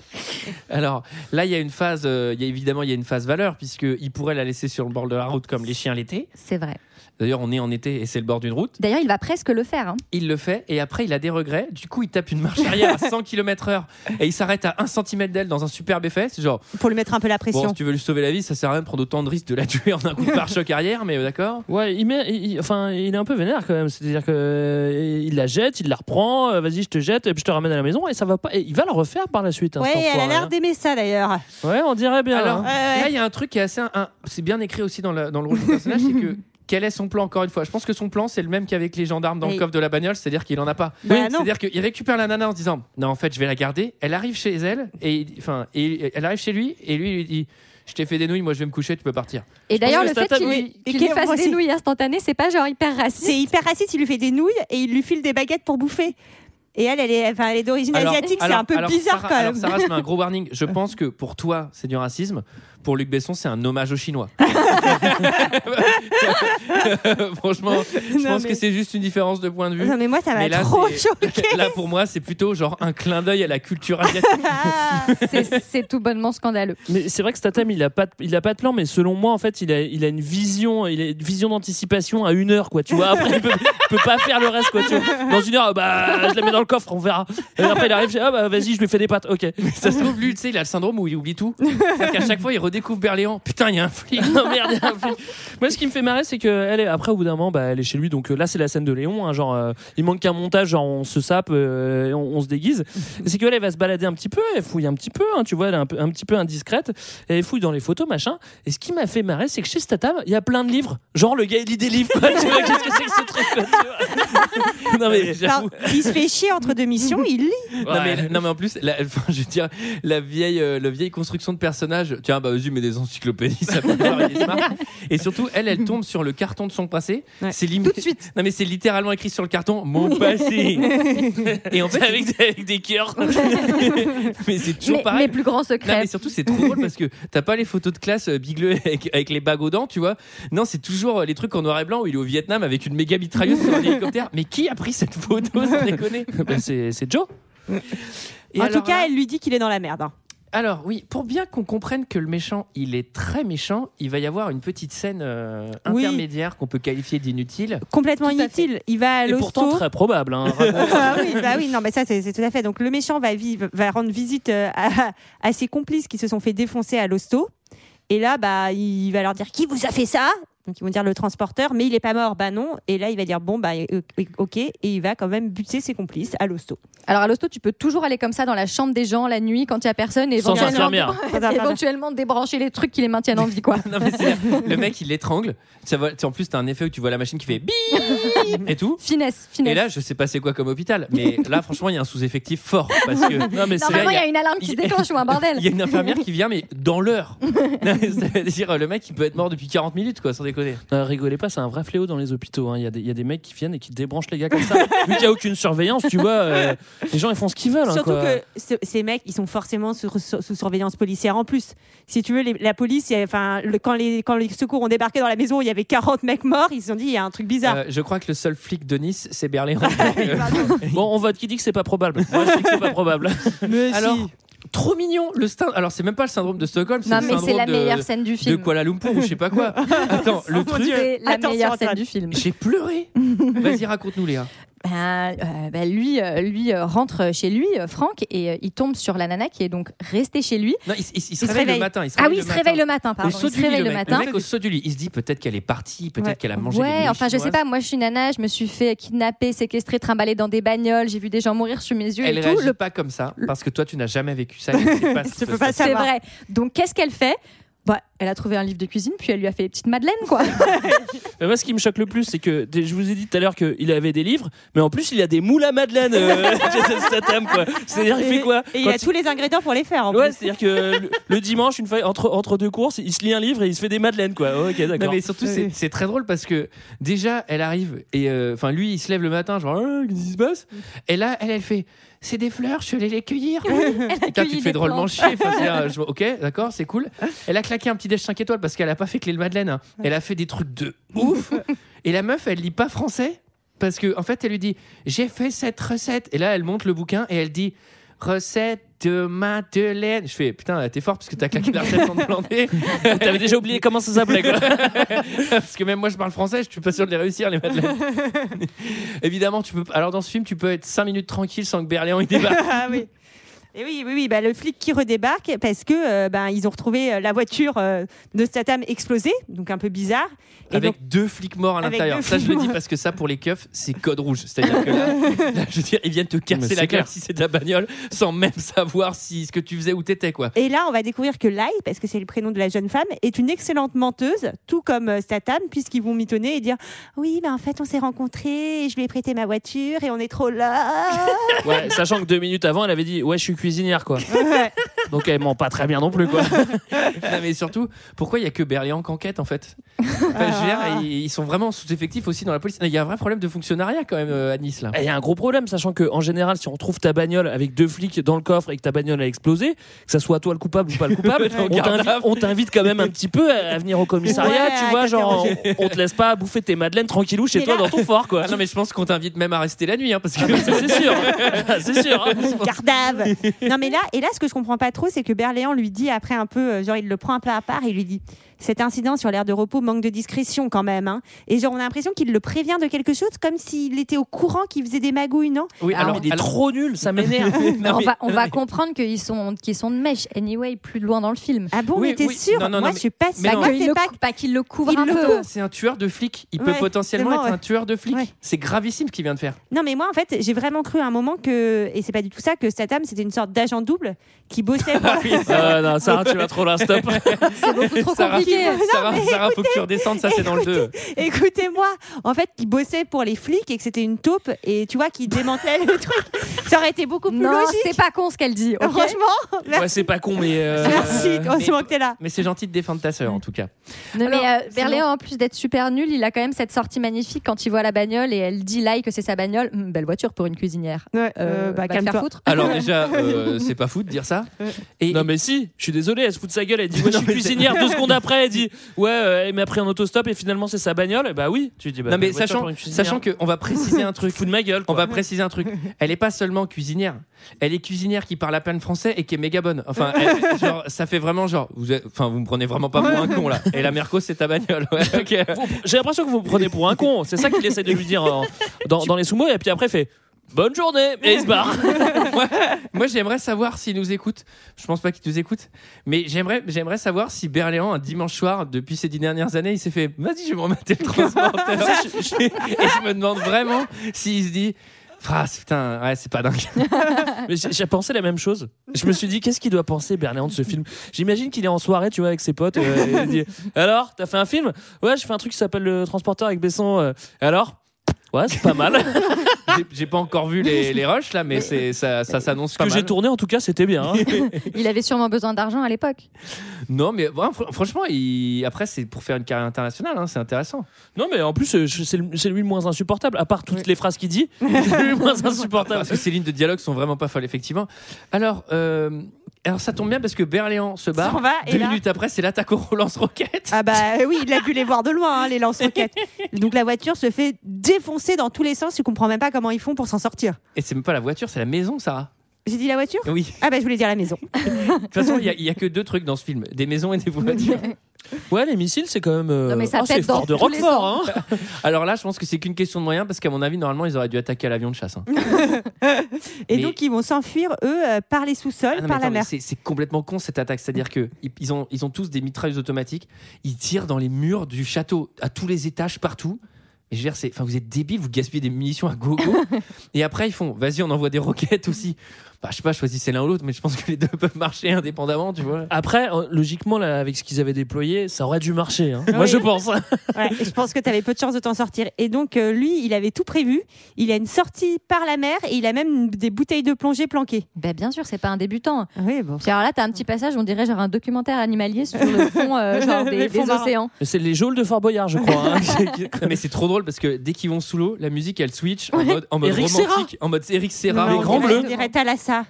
[SPEAKER 1] Alors là, il y a une phase, euh, il y a, évidemment, il y a une phase valeur, puisqu'il pourrait la laisser sur le bord de la route comme les chiens l'été.
[SPEAKER 11] C'est vrai.
[SPEAKER 1] D'ailleurs, on est en été et c'est le bord d'une route.
[SPEAKER 11] D'ailleurs, il va presque le faire. hein.
[SPEAKER 1] Il le fait et après, il a des regrets. Du coup, il tape une marche arrière à 100 km/h et il s'arrête à 1 cm d'elle dans un superbe effet. C'est genre,
[SPEAKER 6] pour lui mettre un peu la pression.
[SPEAKER 1] bon, si tu veux lui sauver la vie, ça sert à rien de prendre autant de risques de la tuer en un coup de pare-choc arrière, mais euh, d'accord
[SPEAKER 7] Ouais, il, met, il- il- enfin, il est un peu vénère quand même. C'est-à-dire que euh, il la jette, il la reprend. euh, Vas-y, je te jette, et puis je te ramène à la maison. Et ça va pas. Et il va la refaire par la suite. hein,
[SPEAKER 6] ouais,
[SPEAKER 7] cet
[SPEAKER 6] elle a
[SPEAKER 7] enfoiré,
[SPEAKER 6] l'air d'aimer ça d'ailleurs.
[SPEAKER 7] hein. Ouais, on dirait bien.
[SPEAKER 1] Alors,
[SPEAKER 7] hein.
[SPEAKER 6] Ouais, ouais.
[SPEAKER 1] là, il y a un truc qui est assez. un- c'est bien écrit aussi dans, la- dans le rôle du personnage, c'est que. Quel est son plan encore une fois Je pense que son plan c'est le même qu'avec les gendarmes dans le
[SPEAKER 6] Oui.
[SPEAKER 1] coffre de la bagnole, c'est-à-dire qu'il en a pas.
[SPEAKER 6] Bah non.
[SPEAKER 1] C'est-à-dire qu'il récupère la nana en se disant non en fait je vais la garder. Elle arrive chez elle et enfin et elle arrive chez lui et lui il lui dit je t'ai fait des nouilles moi je vais me coucher tu peux partir.
[SPEAKER 11] Et d'ailleurs,
[SPEAKER 7] que
[SPEAKER 11] le
[SPEAKER 7] ça
[SPEAKER 11] fait
[SPEAKER 7] tape-
[SPEAKER 11] qu'il
[SPEAKER 7] oui.
[SPEAKER 11] qu'il
[SPEAKER 6] Et
[SPEAKER 11] lui
[SPEAKER 6] qu'il
[SPEAKER 11] fasse
[SPEAKER 6] voit
[SPEAKER 11] des
[SPEAKER 6] aussi.
[SPEAKER 11] nouilles instantanées, c'est pas genre hyper raciste.
[SPEAKER 6] C'est hyper raciste, il lui fait des nouilles et il lui file des baguettes pour bouffer. Et elle, elle est, enfin, elle est d'origine asiatique, c'est
[SPEAKER 1] alors-
[SPEAKER 6] un peu
[SPEAKER 1] alors,
[SPEAKER 6] bizarre
[SPEAKER 1] Sarah-
[SPEAKER 6] quand
[SPEAKER 1] Alors
[SPEAKER 6] même.
[SPEAKER 1] Sarah je mets un gros warning. Je pense que pour toi c'est du racisme. Pour Luc Besson c'est un hommage aux Chinois. Franchement, je
[SPEAKER 6] Non,
[SPEAKER 1] pense
[SPEAKER 6] mais-
[SPEAKER 1] que c'est juste une différence de point de vue.
[SPEAKER 6] Non, mais moi, ça m'a
[SPEAKER 1] Mais là,
[SPEAKER 6] trop
[SPEAKER 1] c'est-
[SPEAKER 6] choqué.
[SPEAKER 1] Là, pour moi, c'est plutôt genre un clin d'œil à la culture asiatique.
[SPEAKER 6] Ah.
[SPEAKER 11] C'est- C'est tout bonnement scandaleux.
[SPEAKER 7] Mais c'est vrai que Statham, il a pas, de, il a pas de plan, mais selon moi, en fait, il a, il a une vision, il a une vision d'anticipation à une heure, quoi. Tu vois, après, il peut, il peut pas faire le reste, quoi. tu vois. Dans une heure, ah bah, je la mets dans le coffre, on verra. Et après, il arrive, je dis, ah bah, vas-y, je lui fais des pattes, ok.
[SPEAKER 1] Ça se trouve, lui, tu sais, il a le syndrome où il oublie tout. C'est-à-dire qu'à chaque fois, il redécouvre Berléand. Putain, il y a un flic.
[SPEAKER 7] Non, merde, il y a un flic. Moi, ce qui me fait marrer, c'est que elle est, après, au bout d'un moment, bah, elle est chez lui. Donc euh, là, c'est la scène de Léon. hein, genre, euh, il manque qu'un montage, genre, on se sape, euh, et on, on se déguise. Et C'est qu'elle, elle va se balader un petit peu, elle fouille un petit peu, hein, tu vois, elle est un, peu- un petit peu indiscrète. Et elle fouille dans les photos, machin. Et ce qui m'a fait marrer, c'est que chez Statham, il y a plein de livres. Genre, le gars, il lit des livres. quoi, tu vois, qu'est-ce que c'est que ce truc quoi, tu vois Non, mais
[SPEAKER 6] Alors,
[SPEAKER 7] j'avoue.
[SPEAKER 6] il se fait chier entre deux missions, il lit.
[SPEAKER 1] Non, mais,
[SPEAKER 7] Ouais.
[SPEAKER 1] non, mais en plus, la, enfin, je veux dire, la vieille, euh, la vieille construction de personnage, tiens, bah vas-y, mets des encyclopédies, ça peut avoir des smart. Et surtout, elle, elle tombe sur le carton de son passé.
[SPEAKER 6] Ouais.
[SPEAKER 1] C'est lim-
[SPEAKER 6] Tout de suite.
[SPEAKER 1] Non, mais c'est littéralement écrit sur le carton, mon passé. Et en fait,
[SPEAKER 7] avec, des- avec des cœurs.
[SPEAKER 1] mais c'est toujours
[SPEAKER 11] Mes,
[SPEAKER 1] pareil.
[SPEAKER 11] mes plus grands
[SPEAKER 1] Non,
[SPEAKER 11] secrets.
[SPEAKER 1] mais surtout, c'est trop drôle parce que t'as pas les photos de classe euh, bigleux avec, avec les bagues aux dents, tu vois. Non, c'est toujours euh, les trucs en noir et blanc où il est au Vietnam avec une méga mitrailleuse sur un hélicoptère. Mais qui a pris cette photo, sans déconner
[SPEAKER 7] Bah, c'est c'est Joe.
[SPEAKER 1] Et
[SPEAKER 6] en
[SPEAKER 1] alors
[SPEAKER 6] tout cas,
[SPEAKER 1] là-
[SPEAKER 6] elle lui dit qu'il est dans la merde. hein.
[SPEAKER 1] Alors oui, pour bien qu'on comprenne que le méchant, il est très méchant, il va y avoir une petite scène euh,
[SPEAKER 6] Oui.
[SPEAKER 1] intermédiaire qu'on peut qualifier d'inutile.
[SPEAKER 6] Complètement
[SPEAKER 11] Tout à
[SPEAKER 6] inutile. Il va à
[SPEAKER 7] Et pourtant,
[SPEAKER 6] l'hosto.
[SPEAKER 7] très probable. hein.
[SPEAKER 6] Ah oui, bah oui, non, mais ça, c'est c'est tout à fait. Donc, le méchant va, vivre, va rendre visite euh, à, à ses complices qui se sont fait défoncer à l'hosto. Et là, bah, il va leur dire Qui vous a fait ça Donc, ils vont dire le transporteur, mais il n'est pas mort. Bah non. Et là, il va dire Bon, bah, euh, ok. Et il va quand même buter ses complices à l'hosto.
[SPEAKER 11] Alors à l'hosto, tu peux toujours aller comme ça dans la chambre des gens la nuit quand il y a personne et
[SPEAKER 7] Sans
[SPEAKER 11] éventuellement,
[SPEAKER 7] infirmière.
[SPEAKER 11] éventuellement débrancher les trucs qui les maintiennent en vie quoi.
[SPEAKER 1] Non, mais c'est- le mec, il l'étrangle. Ça va- tu sais, En plus, t'as un effet où tu vois la machine qui fait bip et tout.
[SPEAKER 11] Finesse, finesse.
[SPEAKER 1] Et là, je sais pas c'est quoi comme hôpital, mais là, franchement, il y a un sous-effectif fort parce que
[SPEAKER 7] Non, mais c'est-
[SPEAKER 11] Normalement, il y a une alarme qui se
[SPEAKER 1] il-
[SPEAKER 11] déclenche ou un bordel.
[SPEAKER 1] il y a une infirmière qui vient, mais dans l'heure. C'est-à-dire, le mec, il peut être mort depuis 40 minutes, quoi, sans déconner.
[SPEAKER 7] Euh, rigolez pas, c'est un vrai fléau dans les hôpitaux. hein. Il y, a des- il y a des mecs qui viennent et qui débranchent les gars comme ça. Vu qu'il n'y a aucune surveillance, tu vois, euh, les gens ils font ce qu'ils veulent. hein,
[SPEAKER 6] Surtout
[SPEAKER 7] quoi.
[SPEAKER 6] que ce- ces mecs, ils sont forcément sous, sous- sous surveillance policière en plus. Si tu veux, les- la police, il y a- enfin, le- quand, les, quand les secours ont débarqué dans la maison où il y avait 40 mecs morts, ils se sont dit Il y a un truc bizarre.
[SPEAKER 1] Euh, je crois que le seul flic de Nice, c'est Euh, Berléand.
[SPEAKER 7] Bon, on vote qui dit que c'est pas probable. Moi je dis que c'est pas probable.
[SPEAKER 1] Alors, trop mignon le stein. Alors, c'est même pas le syndrome de Stockholm, c'est
[SPEAKER 11] Non
[SPEAKER 1] le
[SPEAKER 11] mais c'est
[SPEAKER 1] syndrome
[SPEAKER 11] la
[SPEAKER 1] de-
[SPEAKER 11] meilleure scène du
[SPEAKER 1] de
[SPEAKER 11] film.
[SPEAKER 1] Kuala Lumpur ou je sais pas quoi. Attends, le
[SPEAKER 6] Oh mon
[SPEAKER 1] truc,
[SPEAKER 6] Dieu.
[SPEAKER 11] C'est la
[SPEAKER 6] Attention,
[SPEAKER 11] meilleure
[SPEAKER 6] Antoine.
[SPEAKER 11] scène du film.
[SPEAKER 1] j'ai pleuré. Vas-y, raconte-nous, Léa.
[SPEAKER 11] Ben, euh, ben, lui, euh, lui euh, rentre chez lui, euh, Franck, et euh, il tombe sur la nana qui est donc restée chez lui.
[SPEAKER 1] Non, il, il- il se,
[SPEAKER 6] se
[SPEAKER 1] réveille, le
[SPEAKER 6] réveille.
[SPEAKER 1] matin. Il se
[SPEAKER 11] Ah oui,
[SPEAKER 1] le
[SPEAKER 11] il se réveille le matin,
[SPEAKER 1] Au
[SPEAKER 11] pardon.
[SPEAKER 1] saut
[SPEAKER 11] Il
[SPEAKER 1] du
[SPEAKER 11] se
[SPEAKER 1] lit,
[SPEAKER 11] réveille le
[SPEAKER 1] mec.
[SPEAKER 11] matin.
[SPEAKER 1] mec au saut du lit, il se dit peut-être qu'elle est partie, peut-être
[SPEAKER 6] Ouais.
[SPEAKER 1] qu'elle a mangé des hein.
[SPEAKER 11] Ouais,
[SPEAKER 1] nouilles
[SPEAKER 11] enfin je sais
[SPEAKER 1] chinoises.
[SPEAKER 11] pas, moi je suis nana, je me suis fait kidnapper, séquestrer, trimballer dans des bagnoles, j'ai vu des gens mourir sous mes yeux
[SPEAKER 1] Elle
[SPEAKER 11] et tout.
[SPEAKER 1] réagit
[SPEAKER 11] Le-
[SPEAKER 1] pas comme ça parce que toi, tu n'as jamais vécu ça. et tu sais pas ce
[SPEAKER 6] Tu
[SPEAKER 1] que
[SPEAKER 6] peux
[SPEAKER 1] ça-
[SPEAKER 6] pas
[SPEAKER 11] C'est
[SPEAKER 6] savoir.
[SPEAKER 11] vrai. Donc qu'est-ce qu'elle fait bah, elle a trouvé un livre de cuisine, puis elle lui a fait les petites madeleines, quoi.
[SPEAKER 7] Mais moi ce qui me choque le plus, c'est que dès- je vous ai dit tout à l'heure qu'il avait des livres, mais en plus il a des moules à Madeleine. euh, Jason Statham, quoi. C'est-à-dire Euh, il fait quoi
[SPEAKER 6] Et il
[SPEAKER 7] Quand
[SPEAKER 6] a tous les ingrédients pour les faire en
[SPEAKER 7] Ouais,
[SPEAKER 6] plus.
[SPEAKER 7] c'est-à-dire que le, le dimanche, une fois entre, entre deux courses, il se lit un livre et il se fait des madeleines, quoi. Ok,
[SPEAKER 1] Non,
[SPEAKER 7] d'accord.
[SPEAKER 1] mais surtout, c'est- c'est très drôle parce que déjà, elle arrive et euh, enfin, lui, il se lève le matin, genre, Ah, qu'est-ce qui se passe Et là, elle, elle fait, c'est des fleurs, je suis allée les cueillir. Putain, tu
[SPEAKER 11] cueilli
[SPEAKER 1] te fais
[SPEAKER 11] des
[SPEAKER 1] drôlement
[SPEAKER 11] plantes.
[SPEAKER 1] chier. Enfin, c'est, euh, je- ok, d'accord, c'est cool. Elle a claqué un petit déj 5 étoiles parce qu'elle a pas fait que les Madeleine. hein. Elle a fait des trucs de ouf. Et la meuf, elle lit pas français parce que en fait, elle lui dit J'ai fait cette recette. Et là, elle monte le bouquin et elle dit Recette de Madeleine. Je fais Putain, t'es fort parce que t'as claqué la recette sans te planter.
[SPEAKER 7] T'avais déjà oublié comment ça s'appelait, quoi.
[SPEAKER 1] parce que même moi, je parle français, je suis pas sûr de les réussir, les Madeleines. Évidemment, tu peux. Alors, dans ce film, tu peux être 5 minutes tranquille sans que Berléand il débarque.
[SPEAKER 6] Ah oui. Et oui, oui, oui, bah, le flic qui redébarque parce que euh, ben, ils ont retrouvé euh, la voiture euh, de Statham explosée, donc un peu bizarre. Et
[SPEAKER 1] avec
[SPEAKER 6] donc,
[SPEAKER 1] deux flics morts à
[SPEAKER 6] Avec
[SPEAKER 1] l'intérieur.
[SPEAKER 6] deux
[SPEAKER 1] Ça, je
[SPEAKER 6] flics
[SPEAKER 1] le dis
[SPEAKER 6] morts.
[SPEAKER 1] parce que ça, pour les keufs, c'est code rouge. C'est-à-dire que là, là, je veux dire, ils viennent te
[SPEAKER 7] Mais
[SPEAKER 1] casser
[SPEAKER 7] c'est
[SPEAKER 1] la gueule
[SPEAKER 7] clair.
[SPEAKER 1] si c'est ta bagnole, sans même savoir si ce que tu faisais où t'étais, quoi.
[SPEAKER 6] et là, on va découvrir que Lai, parce que c'est le prénom de la jeune femme, est une excellente menteuse, tout comme euh, Statham, puisqu'ils vont mitonner et dire Oui, mais en fait, on s'est rencontrés, et je lui ai prêté ma voiture et on est trop là.
[SPEAKER 7] Ouais, sachant que deux minutes avant, elle avait dit Ouais, je suis cuisinière, quoi.
[SPEAKER 6] Ouais.
[SPEAKER 7] Donc elle ment pas très bien non plus, quoi.
[SPEAKER 1] Non, mais surtout, pourquoi il y a que Berlian qu'enquête en fait Enfin, je veux
[SPEAKER 6] Ah.
[SPEAKER 1] dire, ils ils sont vraiment sous-effectifs aussi dans la police. Il y a un vrai problème de fonctionnariat quand même euh, à Nice là.
[SPEAKER 7] Et Il y a un gros problème, sachant que en général, si on trouve ta bagnole avec deux flics dans le coffre et que ta bagnole a explosé, que ça soit toi le coupable ou pas le coupable, on t'invite- on t'invite quand même un petit peu à à venir au commissariat,
[SPEAKER 6] Ouais, à
[SPEAKER 7] tu vois, genre on, on te laisse pas bouffer tes madeleines tranquillou chez
[SPEAKER 6] Mais
[SPEAKER 7] toi
[SPEAKER 6] là-
[SPEAKER 7] dans ton fort, quoi.
[SPEAKER 1] Ah non, mais je pense qu'on t'invite même à rester la nuit hein, parce que.
[SPEAKER 7] Ça, c'est sûr, Ça, c'est sûr. hein.
[SPEAKER 6] Cardave. Non mais là, et là, ce que je comprends pas trop, c'est que Berléand lui dit après un peu, euh, genre il le prend un peu à part, il lui dit cet incident sur l'air de repos manque de discrétion quand même. hein. Et genre on a l'impression qu'il le prévient de quelque chose, comme s'il était au courant qu'il faisait des magouilles, non
[SPEAKER 1] Oui,
[SPEAKER 7] Alors, il est trop nul, ça m'énerve.
[SPEAKER 1] Non,
[SPEAKER 11] on
[SPEAKER 1] mais-
[SPEAKER 11] va, on va comprendre qu'ils sont, qu'ils sont de mèche, anyway, plus loin dans le film.
[SPEAKER 6] Ah bon,
[SPEAKER 1] Oui,
[SPEAKER 6] mais t'es
[SPEAKER 1] oui.
[SPEAKER 6] sûr
[SPEAKER 1] Non, non,
[SPEAKER 6] Moi,
[SPEAKER 1] non,
[SPEAKER 6] je suis pas sûre.
[SPEAKER 1] mais
[SPEAKER 11] Pas
[SPEAKER 1] non.
[SPEAKER 6] Moi,
[SPEAKER 11] qu'ils
[SPEAKER 6] c'est
[SPEAKER 11] le,
[SPEAKER 6] pas
[SPEAKER 11] cou- pas qu'il le couvre
[SPEAKER 6] Il
[SPEAKER 11] un
[SPEAKER 6] le
[SPEAKER 11] peu.
[SPEAKER 6] couvre.
[SPEAKER 1] C'est un tueur de flic. Il peut
[SPEAKER 6] Ouais,
[SPEAKER 1] potentiellement
[SPEAKER 6] tellement,
[SPEAKER 1] être
[SPEAKER 6] ouais.
[SPEAKER 1] un tueur de flic.
[SPEAKER 6] Ouais.
[SPEAKER 1] C'est gravissime ce qu'il vient de faire.
[SPEAKER 6] Non, mais moi, en fait, j'ai vraiment cru à un moment que, et c'est pas du tout ça, que Statham, c'était une sorte d'agent double qui bossait
[SPEAKER 1] Ah
[SPEAKER 6] pour.
[SPEAKER 7] Euh, non, Sarah, tu vas trop là, stop.
[SPEAKER 11] C'est beaucoup trop
[SPEAKER 1] Sarah,
[SPEAKER 11] compliqué.
[SPEAKER 6] Non,
[SPEAKER 1] Sarah,
[SPEAKER 6] mais
[SPEAKER 1] Sarah, faut que tu redescendes, ça c'est dans le 2.
[SPEAKER 6] Écoutez-moi, en fait, qui bossait pour les flics et que c'était une taupe, et tu vois, qui démantelait le truc. Ça aurait été beaucoup plus
[SPEAKER 11] Non,
[SPEAKER 6] logique.
[SPEAKER 11] c'est pas con ce qu'elle dit. ok
[SPEAKER 6] Franchement, merci.
[SPEAKER 7] Ouais, c'est pas con, mais. euh,
[SPEAKER 6] Merci, heureusement
[SPEAKER 1] mais-
[SPEAKER 6] que t'es là.
[SPEAKER 1] Mais c'est gentil de défendre ta sœur en tout cas.
[SPEAKER 11] Non, mais
[SPEAKER 6] Alors,
[SPEAKER 11] euh, Berléand, en plus d'être super nul, il a quand même cette sortie magnifique quand il voit la bagnole et elle dit là que c'est sa bagnole. Hum, belle voiture pour une cuisinière.
[SPEAKER 6] Ouais,
[SPEAKER 11] Euh,
[SPEAKER 1] bah,
[SPEAKER 11] va te faire foutre.
[SPEAKER 1] Alors déjà,
[SPEAKER 7] Ah,
[SPEAKER 1] euh, c'est pas fou de dire ça. Et
[SPEAKER 7] Non mais si, je suis désolé, elle se fout de sa gueule, elle dit ouais, je suis
[SPEAKER 1] mais c'est-
[SPEAKER 7] cuisinière, deux secondes après elle dit ouais, euh, elle m'a pris en autostop et finalement c'est sa bagnole, et bah oui, tu dis bah,
[SPEAKER 1] non mais
[SPEAKER 7] voiture
[SPEAKER 1] sachant,
[SPEAKER 7] pour une cuisinière.
[SPEAKER 1] sachant que on va préciser un truc.
[SPEAKER 7] Fous de ma gueule,
[SPEAKER 1] On va
[SPEAKER 7] quoi.
[SPEAKER 1] préciser un truc. Elle est pas seulement cuisinière. Elle est cuisinière qui parle à peine français et qui est méga bonne. Enfin, elle- genre, ça fait vraiment genre. Vous, êtes- enfin, vous me prenez vraiment pas pour un con là. Et la Merco, c'est ta bagnole. Ouais, ok.
[SPEAKER 7] Vous- J'ai l'impression que vous me prenez pour un con, c'est ça qu'il essaie de lui dire en- dans, dans les sous-mots, et puis après il fait bonne journée, et il se barre.
[SPEAKER 1] Moi, j'aimerais savoir s'il nous écoute. Je pense pas qu'il nous écoute, mais j'aimerais, j'aimerais savoir si Berléand, un dimanche soir, depuis ces dix dernières années, il s'est fait Vas-y, je vais me remettre le transporteur. Je- je- Et je me demande vraiment s'il se dit Phrase, putain, ouais, c'est pas dingue.
[SPEAKER 7] Mais j'ai j'ai pensé la même chose. Je me suis dit, qu'est-ce qu'il doit penser, Berléand, de ce film J'imagine qu'il est en soirée, tu vois, avec ses potes. euh, et il dit, alors, t'as fait un film Ouais, je fais un truc qui s'appelle Le Transporteur avec Besson. euh. Et alors Ouais, c'est pas mal.
[SPEAKER 1] J'ai- J'ai pas encore vu les, les rushs là, mais c'est, ça, ça s'annonce
[SPEAKER 7] Ah. Ce
[SPEAKER 1] pas
[SPEAKER 7] que j'ai
[SPEAKER 1] mal.
[SPEAKER 7] tourné, en tout cas, c'était bien. hein.
[SPEAKER 11] Il avait sûrement besoin d'argent à l'époque.
[SPEAKER 1] Non, mais ouais, fr- franchement, il- après, c'est pour faire une carrière internationale, hein, c'est intéressant.
[SPEAKER 7] Non, mais en plus, euh, je- c'est le- c'est lui le moins insupportable. À part toutes les phrases qu'il dit, c'est lui le moins insupportable.
[SPEAKER 1] Parce que ces lignes de dialogue sont vraiment pas folles, effectivement. Alors, euh, alors ça tombe bien parce que Berléand se barre.
[SPEAKER 6] S'en va, et
[SPEAKER 1] Bah, Deux
[SPEAKER 6] là-
[SPEAKER 1] minutes après, c'est l'attaque au lance-roquette.
[SPEAKER 6] Ah bah oui, il a dû les voir de loin, hein, les lance-roquettes. Donc la voiture se fait défoncer dans tous les sens, tu comprends même pas comment ils font pour s'en sortir.
[SPEAKER 1] Et c'est même pas la voiture, c'est la maison, Sarah.
[SPEAKER 6] J'ai dit la voiture
[SPEAKER 1] Oui.
[SPEAKER 6] Ah bah je voulais dire la maison.
[SPEAKER 1] De toute façon, il y a- il y, a que deux trucs dans ce film des maisons et des voitures.
[SPEAKER 7] Ouais, les missiles, c'est quand même. euh,
[SPEAKER 11] Non, mais ça
[SPEAKER 7] oh, c'est
[SPEAKER 11] pète dans
[SPEAKER 7] fort de
[SPEAKER 11] tous les
[SPEAKER 7] Roquefort. hein.
[SPEAKER 1] Alors là, je pense que c'est qu'une question de moyens parce qu'à mon avis, normalement, ils auraient dû attaquer à l'avion de chasse. hein.
[SPEAKER 6] Et
[SPEAKER 1] Mais-
[SPEAKER 6] donc ils vont s'enfuir, eux, euh, par les
[SPEAKER 1] Ah
[SPEAKER 6] sous-sols,
[SPEAKER 1] non, mais
[SPEAKER 6] par la
[SPEAKER 1] attends, mais
[SPEAKER 6] mer. Mm.
[SPEAKER 1] c'est- C'est complètement con cette attaque. C'est-à-dire que i- ils ont, ils ont tous des mitrailleuses automatiques. Ils tirent dans les murs du château, à tous les étages, partout. Et je veux dire, c'est- enfin, vous êtes débiles, vous gaspillez des munitions à gogo. et après, ils font, vas-y, on envoie des roquettes aussi. Bah, je sais pas, choisissez l'un ou l'autre, mais je pense que les deux peuvent marcher indépendamment, tu vois.
[SPEAKER 7] Après, euh, logiquement, là, avec ce qu'ils avaient déployé, ça aurait dû marcher. hein. Moi,
[SPEAKER 6] Oui.
[SPEAKER 7] je pense.
[SPEAKER 6] Ouais, et je pense que tu avais peu de chances de t'en sortir. Et donc euh, lui, il avait tout prévu. Il a une sortie par la mer et il a même des bouteilles de plongée planquées.
[SPEAKER 11] Ben, bien sûr, c'est pas un débutant.
[SPEAKER 1] Ah
[SPEAKER 6] Oui, bon.
[SPEAKER 11] Puis alors là, t'as un petit passage, on dirait genre un documentaire animalier sur le fond euh, genre des,
[SPEAKER 6] Les fonds
[SPEAKER 11] des
[SPEAKER 6] marins.
[SPEAKER 11] océans.
[SPEAKER 7] Mais C'est les geôles de Fort Boyard, je crois. hein, qui-
[SPEAKER 1] Non, mais c'est trop drôle parce que dès qu'ils vont sous l'eau, la musique elle switch en mode, en mode
[SPEAKER 7] Eric
[SPEAKER 1] romantique,
[SPEAKER 7] Serra.
[SPEAKER 1] en mode Eric Serra.
[SPEAKER 7] Non, Les grands
[SPEAKER 6] on dirait-
[SPEAKER 7] bleus.
[SPEAKER 6] On dirait Thalassa.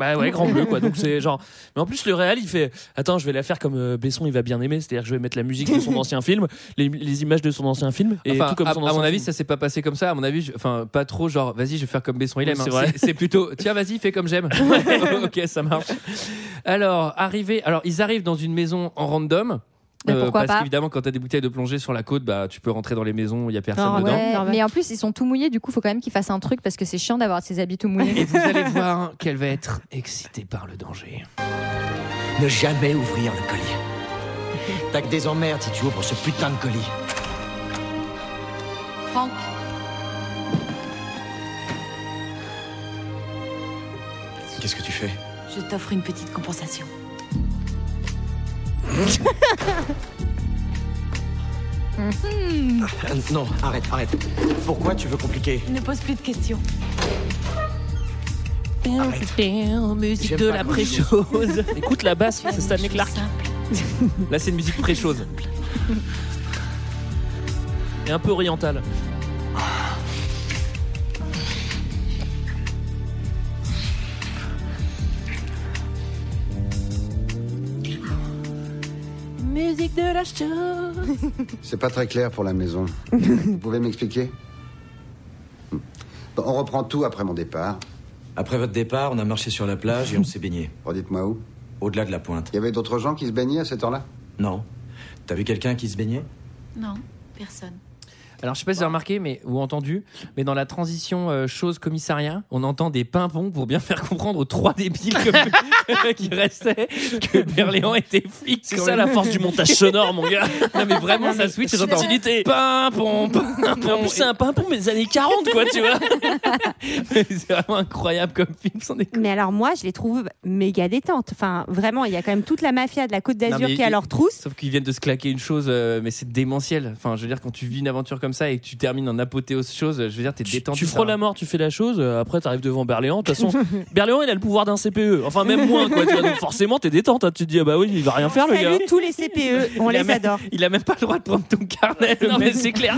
[SPEAKER 7] Bah ouais, grand bleu quoi. Donc c'est genre. Mais en plus le réal il fait. Attends, je vais la faire comme euh, Besson, il va bien aimer. C'est-à-dire que je vais mettre la musique de son ancien film, les, les images de son ancien film, et
[SPEAKER 1] Enfin,
[SPEAKER 7] tout comme
[SPEAKER 1] à,
[SPEAKER 7] son
[SPEAKER 1] à
[SPEAKER 7] ancien
[SPEAKER 1] mon avis,
[SPEAKER 7] film.
[SPEAKER 1] ça s'est pas passé comme ça. À mon avis, je- enfin, pas trop genre, vas-y, je vais faire comme Besson il
[SPEAKER 7] Oui,
[SPEAKER 1] aime. hein.
[SPEAKER 7] c'est vrai.
[SPEAKER 1] C'est- C'est plutôt, tiens, vas-y, fais comme j'aime. ok, ça marche. Alors, arrivé, alors ils arrivent dans une maison en random. euh,
[SPEAKER 11] Mais Ben, pourquoi
[SPEAKER 1] parce
[SPEAKER 11] pas
[SPEAKER 1] qu'évidemment, quand t'as des bouteilles de plongée sur la côte, bah, tu peux rentrer dans les maisons, il y a personne
[SPEAKER 6] Ah
[SPEAKER 1] dedans.
[SPEAKER 6] ouais.
[SPEAKER 11] Ouais,
[SPEAKER 6] normal.
[SPEAKER 11] mais en plus, ils sont tout mouillés, du coup, faut quand même qu'ils fassent un truc parce que c'est chiant d'avoir ses habits tout mouillés.
[SPEAKER 1] Et vous allez voir qu'elle va être excitée par le danger.
[SPEAKER 4] Ne jamais ouvrir le colis. T'as que des emmerdes si tu ouvres ce putain de colis.
[SPEAKER 11] Franck,
[SPEAKER 4] Qu'est-ce que tu fais
[SPEAKER 10] Je t'offre une petite compensation.
[SPEAKER 4] Euh, Non, arrête, arrête. Pourquoi tu veux compliquer
[SPEAKER 10] Ne pose plus de questions.
[SPEAKER 7] Musique
[SPEAKER 1] J'aime
[SPEAKER 7] de
[SPEAKER 1] pas
[SPEAKER 7] la
[SPEAKER 1] quand
[SPEAKER 7] pré-chose. Écoute la basse, c'est Stanley Clark.
[SPEAKER 12] Là, c'est une musique très chose.
[SPEAKER 7] Et un peu orientale.
[SPEAKER 6] Musique de la chose.
[SPEAKER 13] C'est pas très clair pour la maison. Vous pouvez m'expliquer Bon, On reprend tout après mon départ.
[SPEAKER 14] Après votre départ, on a marché sur la plage et on s'est baigné.
[SPEAKER 13] Redites-moi où
[SPEAKER 14] Au-delà de la pointe.
[SPEAKER 13] Il y avait d'autres gens qui se baignaient à cette heure-là
[SPEAKER 14] Non. T'as vu quelqu'un qui se baignait
[SPEAKER 10] Non, personne.
[SPEAKER 1] Alors, je sais pas si vous avez remarqué mais, ou entendu, mais dans la transition euh, chose commissariat, on entend des pimpons pour bien faire comprendre aux trois débiles comme- qui restaient que Berléand était flic.
[SPEAKER 7] C'est
[SPEAKER 1] quand
[SPEAKER 7] ça,
[SPEAKER 1] même.
[SPEAKER 7] la force du montage sonore, mon gars.
[SPEAKER 1] Non, mais vraiment, ça switch et j'entends
[SPEAKER 7] Subtilité.
[SPEAKER 1] pimpon,
[SPEAKER 7] Mais En plus, c'est un pimpon mais des années 40, quoi, tu vois.
[SPEAKER 1] c'est vraiment incroyable comme film, sans déconner.
[SPEAKER 6] Mais alors moi, je les trouve méga détentes. Enfin, vraiment, il y a quand même toute la mafia de la Côte
[SPEAKER 1] Non,
[SPEAKER 6] d'Azur
[SPEAKER 1] mais-
[SPEAKER 6] qui est à leur trousse.
[SPEAKER 1] Sauf qu'ils viennent de se claquer une chose, euh, mais c'est démentiel. Enfin, je veux dire, quand tu vis une aventure comme ça et que tu termines en apothéose chose, je veux dire, t'es détendu.
[SPEAKER 7] tu
[SPEAKER 1] ça hein.
[SPEAKER 7] frôles
[SPEAKER 1] va.
[SPEAKER 7] la mort, tu fais la chose, euh, après t'arrives devant Berléand. De toute façon, Berléand il a le pouvoir d'un CPE, enfin même moins quoi. tu vois. donc forcément t'es détente, hein. tu te dis ah bah oui il va rien faire le gars.
[SPEAKER 6] Salut tous les CPE, on
[SPEAKER 7] Il a
[SPEAKER 6] les
[SPEAKER 7] même-
[SPEAKER 6] adore.
[SPEAKER 1] Il a même pas le droit de prendre ton carnet.
[SPEAKER 7] non mais c'est clair.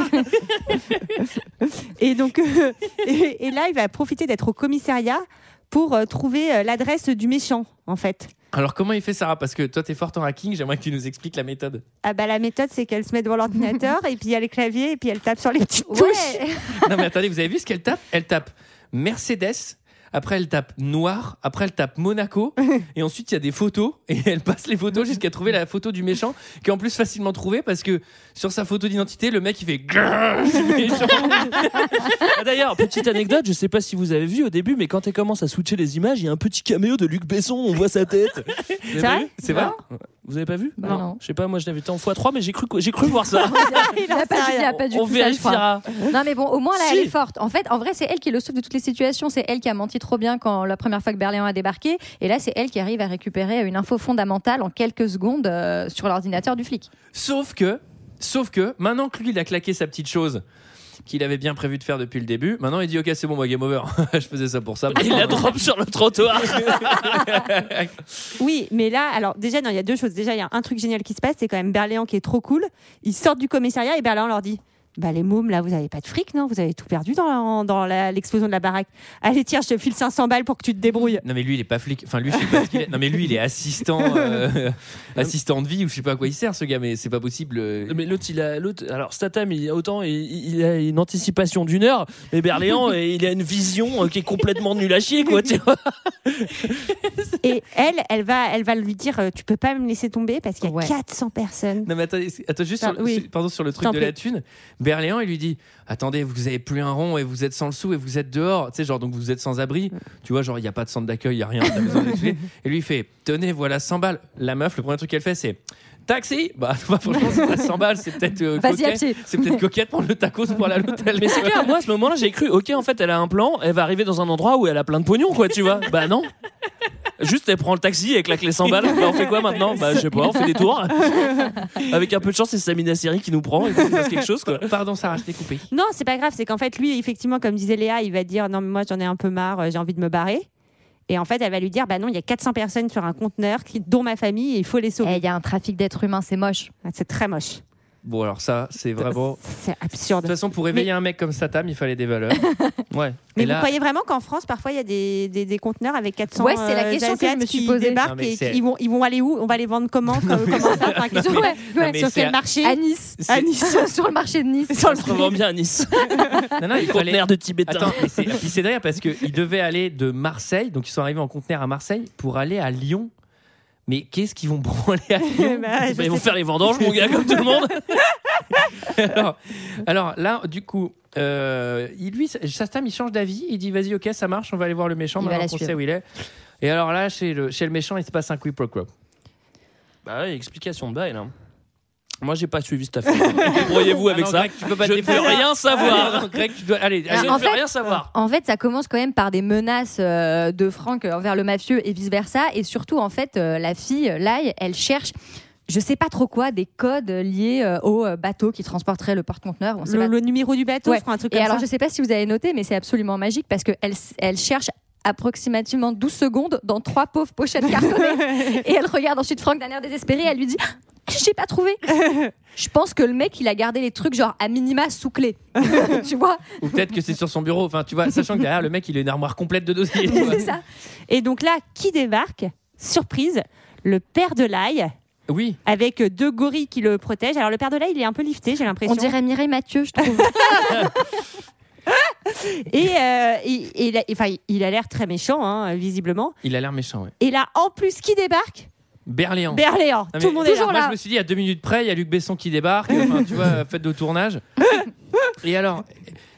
[SPEAKER 6] Et donc, euh, et, et là, il va profiter d'être au commissariat pour euh, trouver euh, l'adresse du méchant, en fait.
[SPEAKER 1] Alors, comment il fait, Sarah Parce que toi, t'es forte en hacking, j'aimerais que tu nous expliques la méthode.
[SPEAKER 6] Ah bah la méthode, c'est qu'elle se met devant l'ordinateur et puis il y a les claviers et puis elle tape sur les petites touches.
[SPEAKER 1] non, mais attendez, vous avez vu ce qu'elle tape Elle tape Mercedes. Après, elle tape noir. Après, elle tape Monaco. Et ensuite, il y a des photos. Et elle passe les photos jusqu'à trouver la photo du méchant, qui est en plus facilement trouvée parce que sur sa photo d'identité, le mec, il fait. Grrr, je suis méchant.
[SPEAKER 7] Ah, D'ailleurs, petite anecdote, je sais pas si vous avez vu au début, mais quand elle commence à switcher les images, il y a un petit caméo de Luc Besson, on voit sa tête.
[SPEAKER 1] C'est vrai C'est vrai
[SPEAKER 7] Vous avez pas vu
[SPEAKER 11] Bah non.
[SPEAKER 7] Je sais pas, moi je l'avais été en x3, mais j'ai cru, j'ai cru voir ça.
[SPEAKER 6] Ah,
[SPEAKER 11] Il a pas du- il a pas du
[SPEAKER 7] On
[SPEAKER 11] tout ça, je
[SPEAKER 7] vérifiera.
[SPEAKER 11] crois. Non, mais bon, au moins là, elle
[SPEAKER 7] Si.
[SPEAKER 11] est forte. En fait, en vrai, c'est elle qui est le souffle de toutes les situations. C'est elle qui a menti trop bien quand la première fois que Berléand a débarqué. Et là, c'est elle qui arrive à récupérer une info fondamentale en quelques secondes euh, sur l'ordinateur du flic.
[SPEAKER 1] Sauf que, sauf que, maintenant que lui, il a claqué sa petite chose qu'il avait bien prévu de faire depuis le début, maintenant il dit Ok, c'est bon, moi, game over. je faisais ça pour ça.
[SPEAKER 7] Il la drop sur le trottoir.
[SPEAKER 6] Oui, mais là, alors déjà, non, il y a deux choses. Déjà, il y a un truc génial qui se passe, c'est quand même Berléand qui est trop cool. Ils sortent du commissariat et Berléand leur dit Bah, les mômes, là, vous avez pas de fric, non Vous avez tout perdu dans, dans la- l'explosion de la baraque. Allez, tiens, je te file 500 balles pour que tu te débrouilles.
[SPEAKER 1] Non mais lui il est pas flic, enfin lui je sais pas ce qu'il est. Non mais lui il est assistant, euh, assistant de vie ou je sais pas à quoi il sert ce gars mais c'est pas possible. euh.
[SPEAKER 7] Mais l'autre, il a l'autre. Alors Statham, il, autant il, il a une anticipation d'une heure, mais Berléand, euh, il a une vision euh, qui est complètement nulle à chier, quoi. Tu vois
[SPEAKER 6] Et elle, elle va, elle va lui dire euh, Tu peux pas me laisser tomber parce qu'il y a 400 personnes.
[SPEAKER 1] Non mais attendez, c'est- attends juste sur,
[SPEAKER 6] Ah, oui.
[SPEAKER 1] sur- pardon sur le truc
[SPEAKER 6] T'en
[SPEAKER 1] de la
[SPEAKER 6] prie.
[SPEAKER 1] thune. Berléand il lui dit attendez vous avez plus un rond et vous êtes sans le sou et vous êtes dehors, tu sais genre donc vous êtes sans abri, tu vois genre il y a pas de centre d'accueil, il y a rien, t'as besoin de tuer. Et lui il fait tenez voilà 100 balles. La meuf le premier truc qu'elle fait c'est taxi. Bah franchement c'est pas 100 balles, c'est peut-être euh,
[SPEAKER 7] Vas-y,
[SPEAKER 1] coquet.
[SPEAKER 7] à pied.
[SPEAKER 1] c'est peut-être coquette pour le tacos pour aller à l'hôtel.
[SPEAKER 7] Mais c'est clair, moi à ce moment-là, j'ai cru, ok, en fait, elle a un plan, elle va arriver dans un endroit où elle a plein de pognon, quoi, tu vois. Bah non. Juste, elle prend le taxi, elle claque les 100 balles. Bah, on fait quoi maintenant Bah, je sais pas, on fait des tours. Avec un peu de chance, c'est Samina Seri qui nous prend et qu'on fasse quelque chose, quoi.
[SPEAKER 1] Pardon, Sarah, je t'ai coupé.
[SPEAKER 6] Non, c'est pas grave, c'est qu'en fait, lui, effectivement, comme disait Léa, il va dire Non, mais moi, j'en ai un peu marre, euh, j'ai envie de me barrer. Et en fait, elle va lui dire Bah non, il y a 400 personnes sur un conteneur, qui- dont ma famille, et il faut les sauver.
[SPEAKER 11] Eh,
[SPEAKER 6] Ah,
[SPEAKER 11] Il y a un trafic d'êtres humains, c'est moche.
[SPEAKER 6] C'est très moche.
[SPEAKER 1] Bon, alors ça, c'est vraiment.
[SPEAKER 6] C'est absurde.
[SPEAKER 1] De toute façon, pour réveiller un mec comme Satam, il fallait des valeurs. ouais.
[SPEAKER 6] Mais
[SPEAKER 1] Et
[SPEAKER 6] vous
[SPEAKER 1] là-
[SPEAKER 6] croyez vraiment qu'en France, parfois, il y a des, des, des conteneurs avec 400
[SPEAKER 11] Ouais, c'est la
[SPEAKER 6] euh,
[SPEAKER 11] question que je
[SPEAKER 6] Asiates
[SPEAKER 11] me suis
[SPEAKER 6] qui
[SPEAKER 11] posée.
[SPEAKER 6] débarquent
[SPEAKER 1] Non, mais
[SPEAKER 6] et qui-
[SPEAKER 1] c'est-
[SPEAKER 6] ils vont, ils vont aller où On va les vendre comment Comment ça Enfin,
[SPEAKER 1] Non, mais-
[SPEAKER 6] ouais,
[SPEAKER 1] non,
[SPEAKER 6] ouais,
[SPEAKER 1] mais
[SPEAKER 6] Sur
[SPEAKER 1] c'est
[SPEAKER 6] quel
[SPEAKER 1] à-
[SPEAKER 6] marché
[SPEAKER 11] À Nice.
[SPEAKER 1] C'est-
[SPEAKER 11] sur le marché de Nice.
[SPEAKER 7] Ça se revend bien à Nice.
[SPEAKER 1] Non, non, il
[SPEAKER 7] Conteneur de Tibétains.
[SPEAKER 1] Attends, mais c'est puis c'est derrière parce qu'ils devaient aller de Marseille, donc ils sont arrivés en conteneur à Marseille pour aller à Lyon. Mais qu'est-ce qu'ils vont branler à Lyon
[SPEAKER 7] Bah, ils vont faire les vendanges, mon gars, comme tout le monde.
[SPEAKER 1] alors, alors là, du coup, euh, il, lui, Satam, il change d'avis. Il dit vas-y, ok, ça marche, on va aller voir le méchant.
[SPEAKER 11] Il va
[SPEAKER 1] Maintenant
[SPEAKER 11] la
[SPEAKER 1] qu'on
[SPEAKER 11] suivre.
[SPEAKER 1] sait où il est. Et alors là, chez le, chez le méchant, il se passe un quiproquo.
[SPEAKER 7] Bah ouais, explication de bail,
[SPEAKER 1] hein.
[SPEAKER 7] là. Moi, j'ai pas suivi cette affaire. Débrouillez-vous avec
[SPEAKER 1] Ah non,
[SPEAKER 7] ça.
[SPEAKER 1] Greg, tu peux pas
[SPEAKER 7] je
[SPEAKER 1] te
[SPEAKER 7] ne veux
[SPEAKER 1] défendre.
[SPEAKER 7] rien
[SPEAKER 1] Ah
[SPEAKER 7] savoir.
[SPEAKER 1] non, Greg, tu dois- allez,
[SPEAKER 7] je ne
[SPEAKER 11] en
[SPEAKER 7] veux
[SPEAKER 11] fait-
[SPEAKER 7] rien savoir.
[SPEAKER 11] En fait, ça commence quand même par des menaces euh, de Franck envers le mafieux et vice-versa. Et surtout, en fait, euh, la fille, Lai, elle cherche, je sais pas trop quoi, des codes liés euh, au euh, bateau qui transporterait le porte-conteneur. On sait
[SPEAKER 6] le,
[SPEAKER 11] pas.
[SPEAKER 6] le numéro du bateau,
[SPEAKER 11] Ouais.
[SPEAKER 6] je crois, un truc
[SPEAKER 11] et
[SPEAKER 6] comme
[SPEAKER 11] alors,
[SPEAKER 6] ça.
[SPEAKER 11] je sais pas si vous avez noté, mais c'est absolument magique parce qu'elle elle cherche approximativement 12 secondes dans trois pauvres pochettes cartonnées. et elle regarde ensuite Franck d'un air désespéré. Elle lui dit Ah, J'ai pas trouvé. Je pense que le mec, il a gardé les trucs, genre à minima sous clé. tu vois
[SPEAKER 1] Ou peut-être que c'est sur son bureau. Enfin, tu vois, sachant que derrière le mec, il a une armoire complète de dossiers. tu vois.
[SPEAKER 11] C'est ça.
[SPEAKER 6] Et donc là, qui débarque Surprise, le père de l'ail.
[SPEAKER 1] Oui.
[SPEAKER 6] Avec deux gorilles qui le protègent. Alors le père de l'ail, il est un peu lifté, j'ai l'impression.
[SPEAKER 11] On dirait Mireille Mathieu, je trouve.
[SPEAKER 6] Et, euh, il- il a- enfin, il a l'air très méchant, hein, visiblement.
[SPEAKER 1] Il a l'air méchant, ouais.
[SPEAKER 6] Et là, en plus, qui débarque
[SPEAKER 1] Berléand.
[SPEAKER 6] Berléand.
[SPEAKER 1] Non, mais
[SPEAKER 6] Tout le monde est
[SPEAKER 1] Moi,
[SPEAKER 6] là.
[SPEAKER 1] je me suis dit, à deux minutes près, il y a Luc Besson qui débarque. Enfin, tu vois, fête de tournage. Et alors,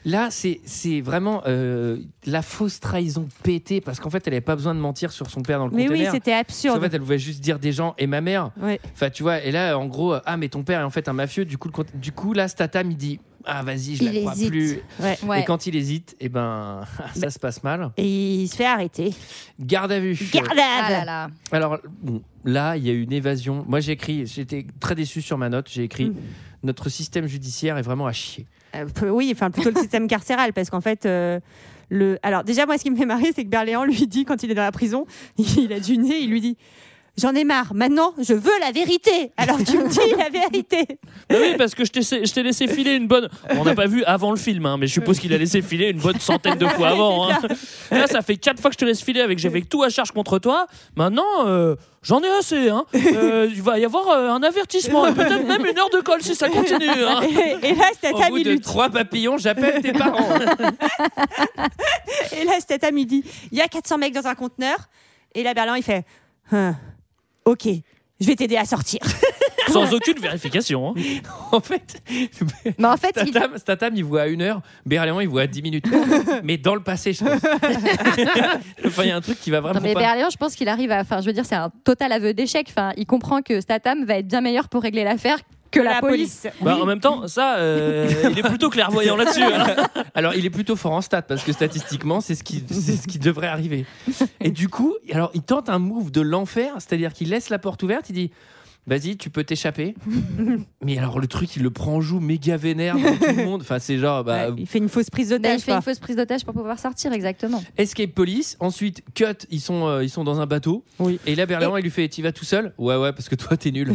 [SPEAKER 1] là, c'est c'est vraiment euh, la fausse trahison pétée parce qu'en fait, elle n'avait pas besoin de mentir sur son père dans le
[SPEAKER 6] Mais oui,
[SPEAKER 1] container.
[SPEAKER 6] c'était absurde.
[SPEAKER 1] En fait, elle voulait juste dire des gens et ma mère.
[SPEAKER 6] Ouais.
[SPEAKER 1] Enfin, tu vois, et là, en gros, euh, ah, mais ton père est en fait un mafieux. Du coup, le cont- du coup là, Statam, il dit, ah, vas-y, je la
[SPEAKER 6] Il
[SPEAKER 1] crois
[SPEAKER 6] hésite.
[SPEAKER 1] plus.
[SPEAKER 6] Ouais. Ouais. Bah
[SPEAKER 1] Et quand il hésite, et ben, ça se passe mal.
[SPEAKER 6] Et il se fait arrêter.
[SPEAKER 1] Garde à vue.
[SPEAKER 6] Garde à vue.
[SPEAKER 1] Alors, bon, là, il y a eu une évasion. Moi, j'ai écrit, j'étais très déçu sur ma note, j'ai écrit Notre système judiciaire est vraiment à chier.
[SPEAKER 6] Euh, peu- oui, enfin plutôt le système carcéral, parce qu'en fait. euh, le... Alors déjà, moi, ce qui me fait marrer, c'est que Berléand lui dit, quand il est dans la prison, il a du nez, il lui dit « J'en ai marre, maintenant, je veux la vérité !» Alors tu me dis la vérité
[SPEAKER 7] Bah oui, parce que je t'ai je t'ai laissé filer une bonne. On n'a pas vu avant le film, hein, mais je suppose qu'il a laissé filer une bonne centaine de fois avant. hein. Là, ça fait quatre fois que je te laisse filer avec j'avais tout à charge contre toi. Maintenant, euh, j'en ai assez. hein. Euh, il va y avoir euh, un avertissement, et peut-être même une heure de colle si ça continue. hein.
[SPEAKER 6] Et- et là, cette
[SPEAKER 1] Au bout
[SPEAKER 6] amie
[SPEAKER 1] de
[SPEAKER 6] lui-
[SPEAKER 1] trois papillons, j'appelle tes parents.
[SPEAKER 6] Et là, cet ami dit « Il y a 400 mecs dans un conteneur. » Et là, Berléand, il fait Hum, Ok, je vais t'aider à sortir.
[SPEAKER 7] Sans aucune vérification. hein.
[SPEAKER 1] en fait,
[SPEAKER 11] Mais en fait, il-
[SPEAKER 1] Statam, Statam, il voit à une heure, Berléand, il voit à dix minutes. mais dans le passé, je pense. enfin, il y a un truc qui va vraiment
[SPEAKER 11] Non, mais
[SPEAKER 1] pas.
[SPEAKER 11] Berléand, je pense qu'il arrive à. Enfin, je veux dire, c'est un total aveu d'échec. Enfin, il comprend que Statam va être bien meilleur pour régler l'affaire que la, police.
[SPEAKER 7] Bah, en même temps, ça, euh, il est plutôt clairvoyant là-dessus. hein.
[SPEAKER 1] Alors, il est plutôt fort en stats parce que statistiquement, c'est ce qui, c'est ce qui devrait arriver. Et du coup, alors, il tente un move de l'enfer, c'est-à-dire qu'il laisse la porte ouverte, il dit. Vas-y, tu peux t'échapper. Mais alors, le truc, il le prend en joue méga vénère dans tout le monde. Enfin, c'est genre, bah,
[SPEAKER 6] Il fait une fausse prise
[SPEAKER 11] Ben,
[SPEAKER 6] d'otage.
[SPEAKER 11] il fait
[SPEAKER 6] quoi.
[SPEAKER 11] une fausse prise d'otage pour pouvoir sortir, exactement.
[SPEAKER 1] escape police. Ensuite, cut, ils sont, euh, ils sont dans un bateau. Et là, Berléand, il lui fait Tu vas tout seul Ouais, ouais, parce que toi, t'es nul.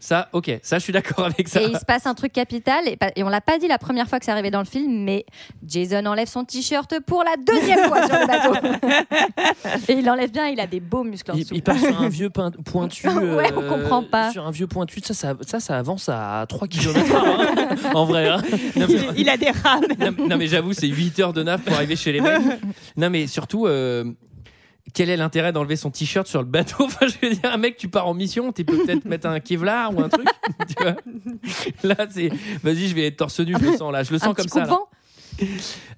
[SPEAKER 1] ça, ok, ça, je suis d'accord avec ça.
[SPEAKER 11] Et il se passe un truc capital, et, pas- et on l'a pas dit la première fois que c'est arrivé dans le film, mais Jason enlève son t-shirt pour la deuxième fois sur le bateau. et il enlève bien, il a des beaux muscles en
[SPEAKER 7] Il,
[SPEAKER 11] dessous. Ah
[SPEAKER 7] il part sur un vieux peint- pointu. euh,
[SPEAKER 11] Ouais,
[SPEAKER 1] euh,
[SPEAKER 11] on comprend pas.
[SPEAKER 7] Sur un vieux pointu, ça, ça, ça, ça avance à 3 km hein, en vrai. hein.
[SPEAKER 1] Non, mais-
[SPEAKER 6] Il a des rames.
[SPEAKER 1] non, non, mais j'avoue, c'est 8 heures de naf pour arriver chez les mecs. Non, mais surtout, euh, quel est l'intérêt d'enlever son t-shirt sur le bateau Enfin, je veux dire, un mec, tu pars en mission, tu peux peut-être mettre un Kevlar ou un truc. tu vois là, c'est vas-y, je vais être torse nu, je le sens là, je le sens
[SPEAKER 6] Un
[SPEAKER 1] comme
[SPEAKER 6] petit
[SPEAKER 1] ça. là.
[SPEAKER 6] coupe-vent.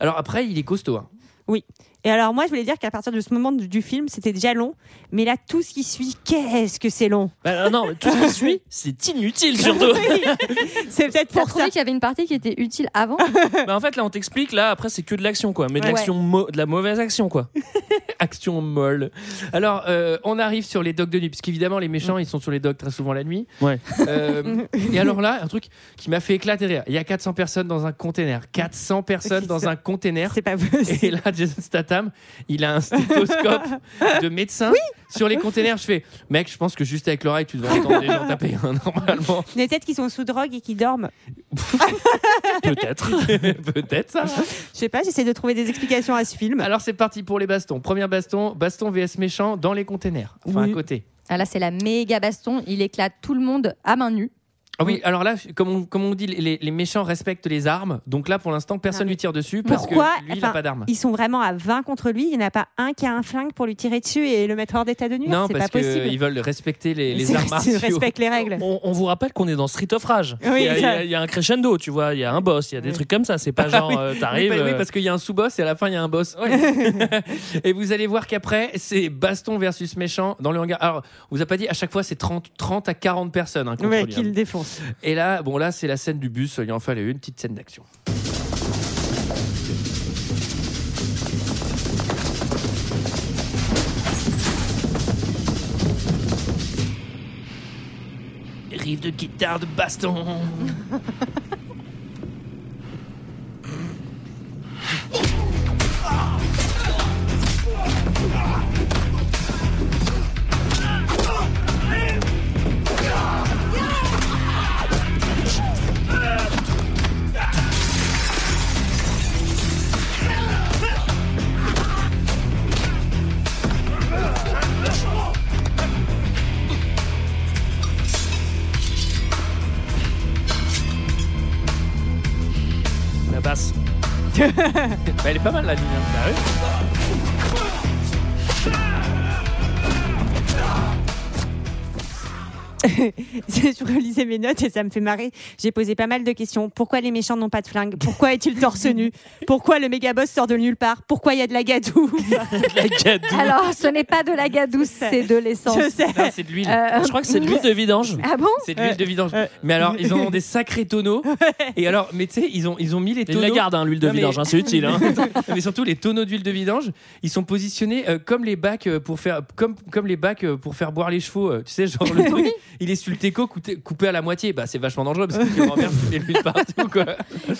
[SPEAKER 1] Alors après, il est costaud. hein.
[SPEAKER 6] Oui. Et alors moi, je voulais dire qu'à partir de ce moment du, du film, c'était déjà long. Mais là, tout ce qui suit, qu'est-ce que c'est long
[SPEAKER 7] Bah, non, mais tout ce qui suit, c'est inutile surtout.
[SPEAKER 6] C'est peut-être
[SPEAKER 11] T'as trouvé qu'il y avait une partie qui était utile avant
[SPEAKER 7] Bah, en fait, là, on t'explique, là, après, c'est que de l'action, quoi. Mais de
[SPEAKER 11] Ouais.
[SPEAKER 7] l'action, mo- de la mauvaise action, quoi.
[SPEAKER 1] Action molle. Alors, euh, on arrive sur les docks de nuit, parce qu'évidemment, les méchants, ils sont sur les docks très souvent la nuit.
[SPEAKER 7] Ouais.
[SPEAKER 1] Euh, et alors là, un truc qui m'a fait éclater de rire. Il y a 400 personnes dans un container. 400 personnes dans un container. C'est
[SPEAKER 6] pas
[SPEAKER 1] Et là, Jason Statham, il a un stéthoscope de médecin sur les containers. Je fais, mec, je pense que juste avec l'oreille, tu devrais entendre les gens taper hein, normalement.
[SPEAKER 6] Mais peut-être qu'ils sont sous drogue et qu'ils dorment.
[SPEAKER 7] Peut-être.
[SPEAKER 1] Peut-être ça.
[SPEAKER 6] Je sais pas, j'essaie de trouver des explications à ce film.
[SPEAKER 1] Alors, c'est parti pour les bastons. Premier baston, baston VS méchant dans les containers. Enfin, à côté.
[SPEAKER 11] Ah là, c'est la méga baston, il éclate tout le monde à main nue.
[SPEAKER 1] Ah oui, alors là, comme on, comme on dit, les, les méchants respectent les armes. Donc là, pour l'instant, personne lui tire dessus parce
[SPEAKER 6] Ah, Pourquoi
[SPEAKER 1] que lui, il n'a
[SPEAKER 6] Enfin,
[SPEAKER 1] pas d'arme.
[SPEAKER 6] Ils sont vraiment à 20 contre lui. Il n'y en a pas un qui a un flingue pour lui tirer dessus et le mettre hors d'état de nuire.
[SPEAKER 1] Non,
[SPEAKER 6] c'est
[SPEAKER 1] parce
[SPEAKER 6] pas possible.
[SPEAKER 1] qu'ils veulent respecter les, les
[SPEAKER 6] C'est-
[SPEAKER 1] armes
[SPEAKER 6] c'est-
[SPEAKER 1] martiaux.
[SPEAKER 6] respecte les règles.
[SPEAKER 7] On, on vous rappelle qu'on est dans Street of Rage.
[SPEAKER 6] Oui,
[SPEAKER 7] il, y a,
[SPEAKER 6] ça.
[SPEAKER 7] il y a- il y a un crescendo, tu vois. Il y a un boss, il y a des trucs comme ça. C'est pas genre,
[SPEAKER 1] Ah Oui.
[SPEAKER 7] euh, t'arrives.
[SPEAKER 1] Oui, bah- oui,
[SPEAKER 7] euh,
[SPEAKER 1] parce qu'il y a un sous-boss et à la fin, il y a un boss. et vous allez voir qu'après, c'est baston versus méchant dans le hangar. Alors, on vous a pas dit, à chaque fois, c'est 30, 30 à 40 personnes. hein, contre
[SPEAKER 6] Ouais,
[SPEAKER 1] lui, hein.
[SPEAKER 6] qu'il défonce.
[SPEAKER 1] Et là, bon, là, c'est la scène du bus. Il en fallait une petite scène d'action. Rive de guitare de baston.
[SPEAKER 7] euh,
[SPEAKER 1] Bah, elle est pas mal la ligne. hein.
[SPEAKER 6] je relisais mes notes et ça me fait marrer. J'ai posé pas mal de questions. Pourquoi les méchants n'ont pas de flingue Pourquoi est-il torse nu Pourquoi le méga boss sort de nulle part Pourquoi il y a de la gadoue
[SPEAKER 7] La gadoue.
[SPEAKER 11] Alors, ce n'est pas de la gadouce, c'est de l'essence.
[SPEAKER 6] Je sais.
[SPEAKER 1] Non, Ah, c'est de l'huile.
[SPEAKER 11] Euh,
[SPEAKER 1] Je crois que c'est de l'huile de vidange.
[SPEAKER 11] Ah bon
[SPEAKER 1] C'est de l'huile de vidange. Mais alors, ils en ont des sacrés tonneaux. Et alors, mais tu sais, ils ont, ils ont mis les
[SPEAKER 7] Ils
[SPEAKER 1] tonneaux.
[SPEAKER 7] la gardent, hein, l'huile de
[SPEAKER 1] Non, mais-
[SPEAKER 7] vidange, hein, c'est utile. hein.
[SPEAKER 1] mais surtout les tonneaux d'huile de vidange, ils sont positionnés euh, comme les bacs euh, pour faire comme comme les bacs euh, pour faire boire les chevaux. euh, tu sais, genre le truc, il est sur le teco coupé, coupé à la moitié. Bah c'est vachement dangereux parce qu'il renverse les l'huile partout quoi.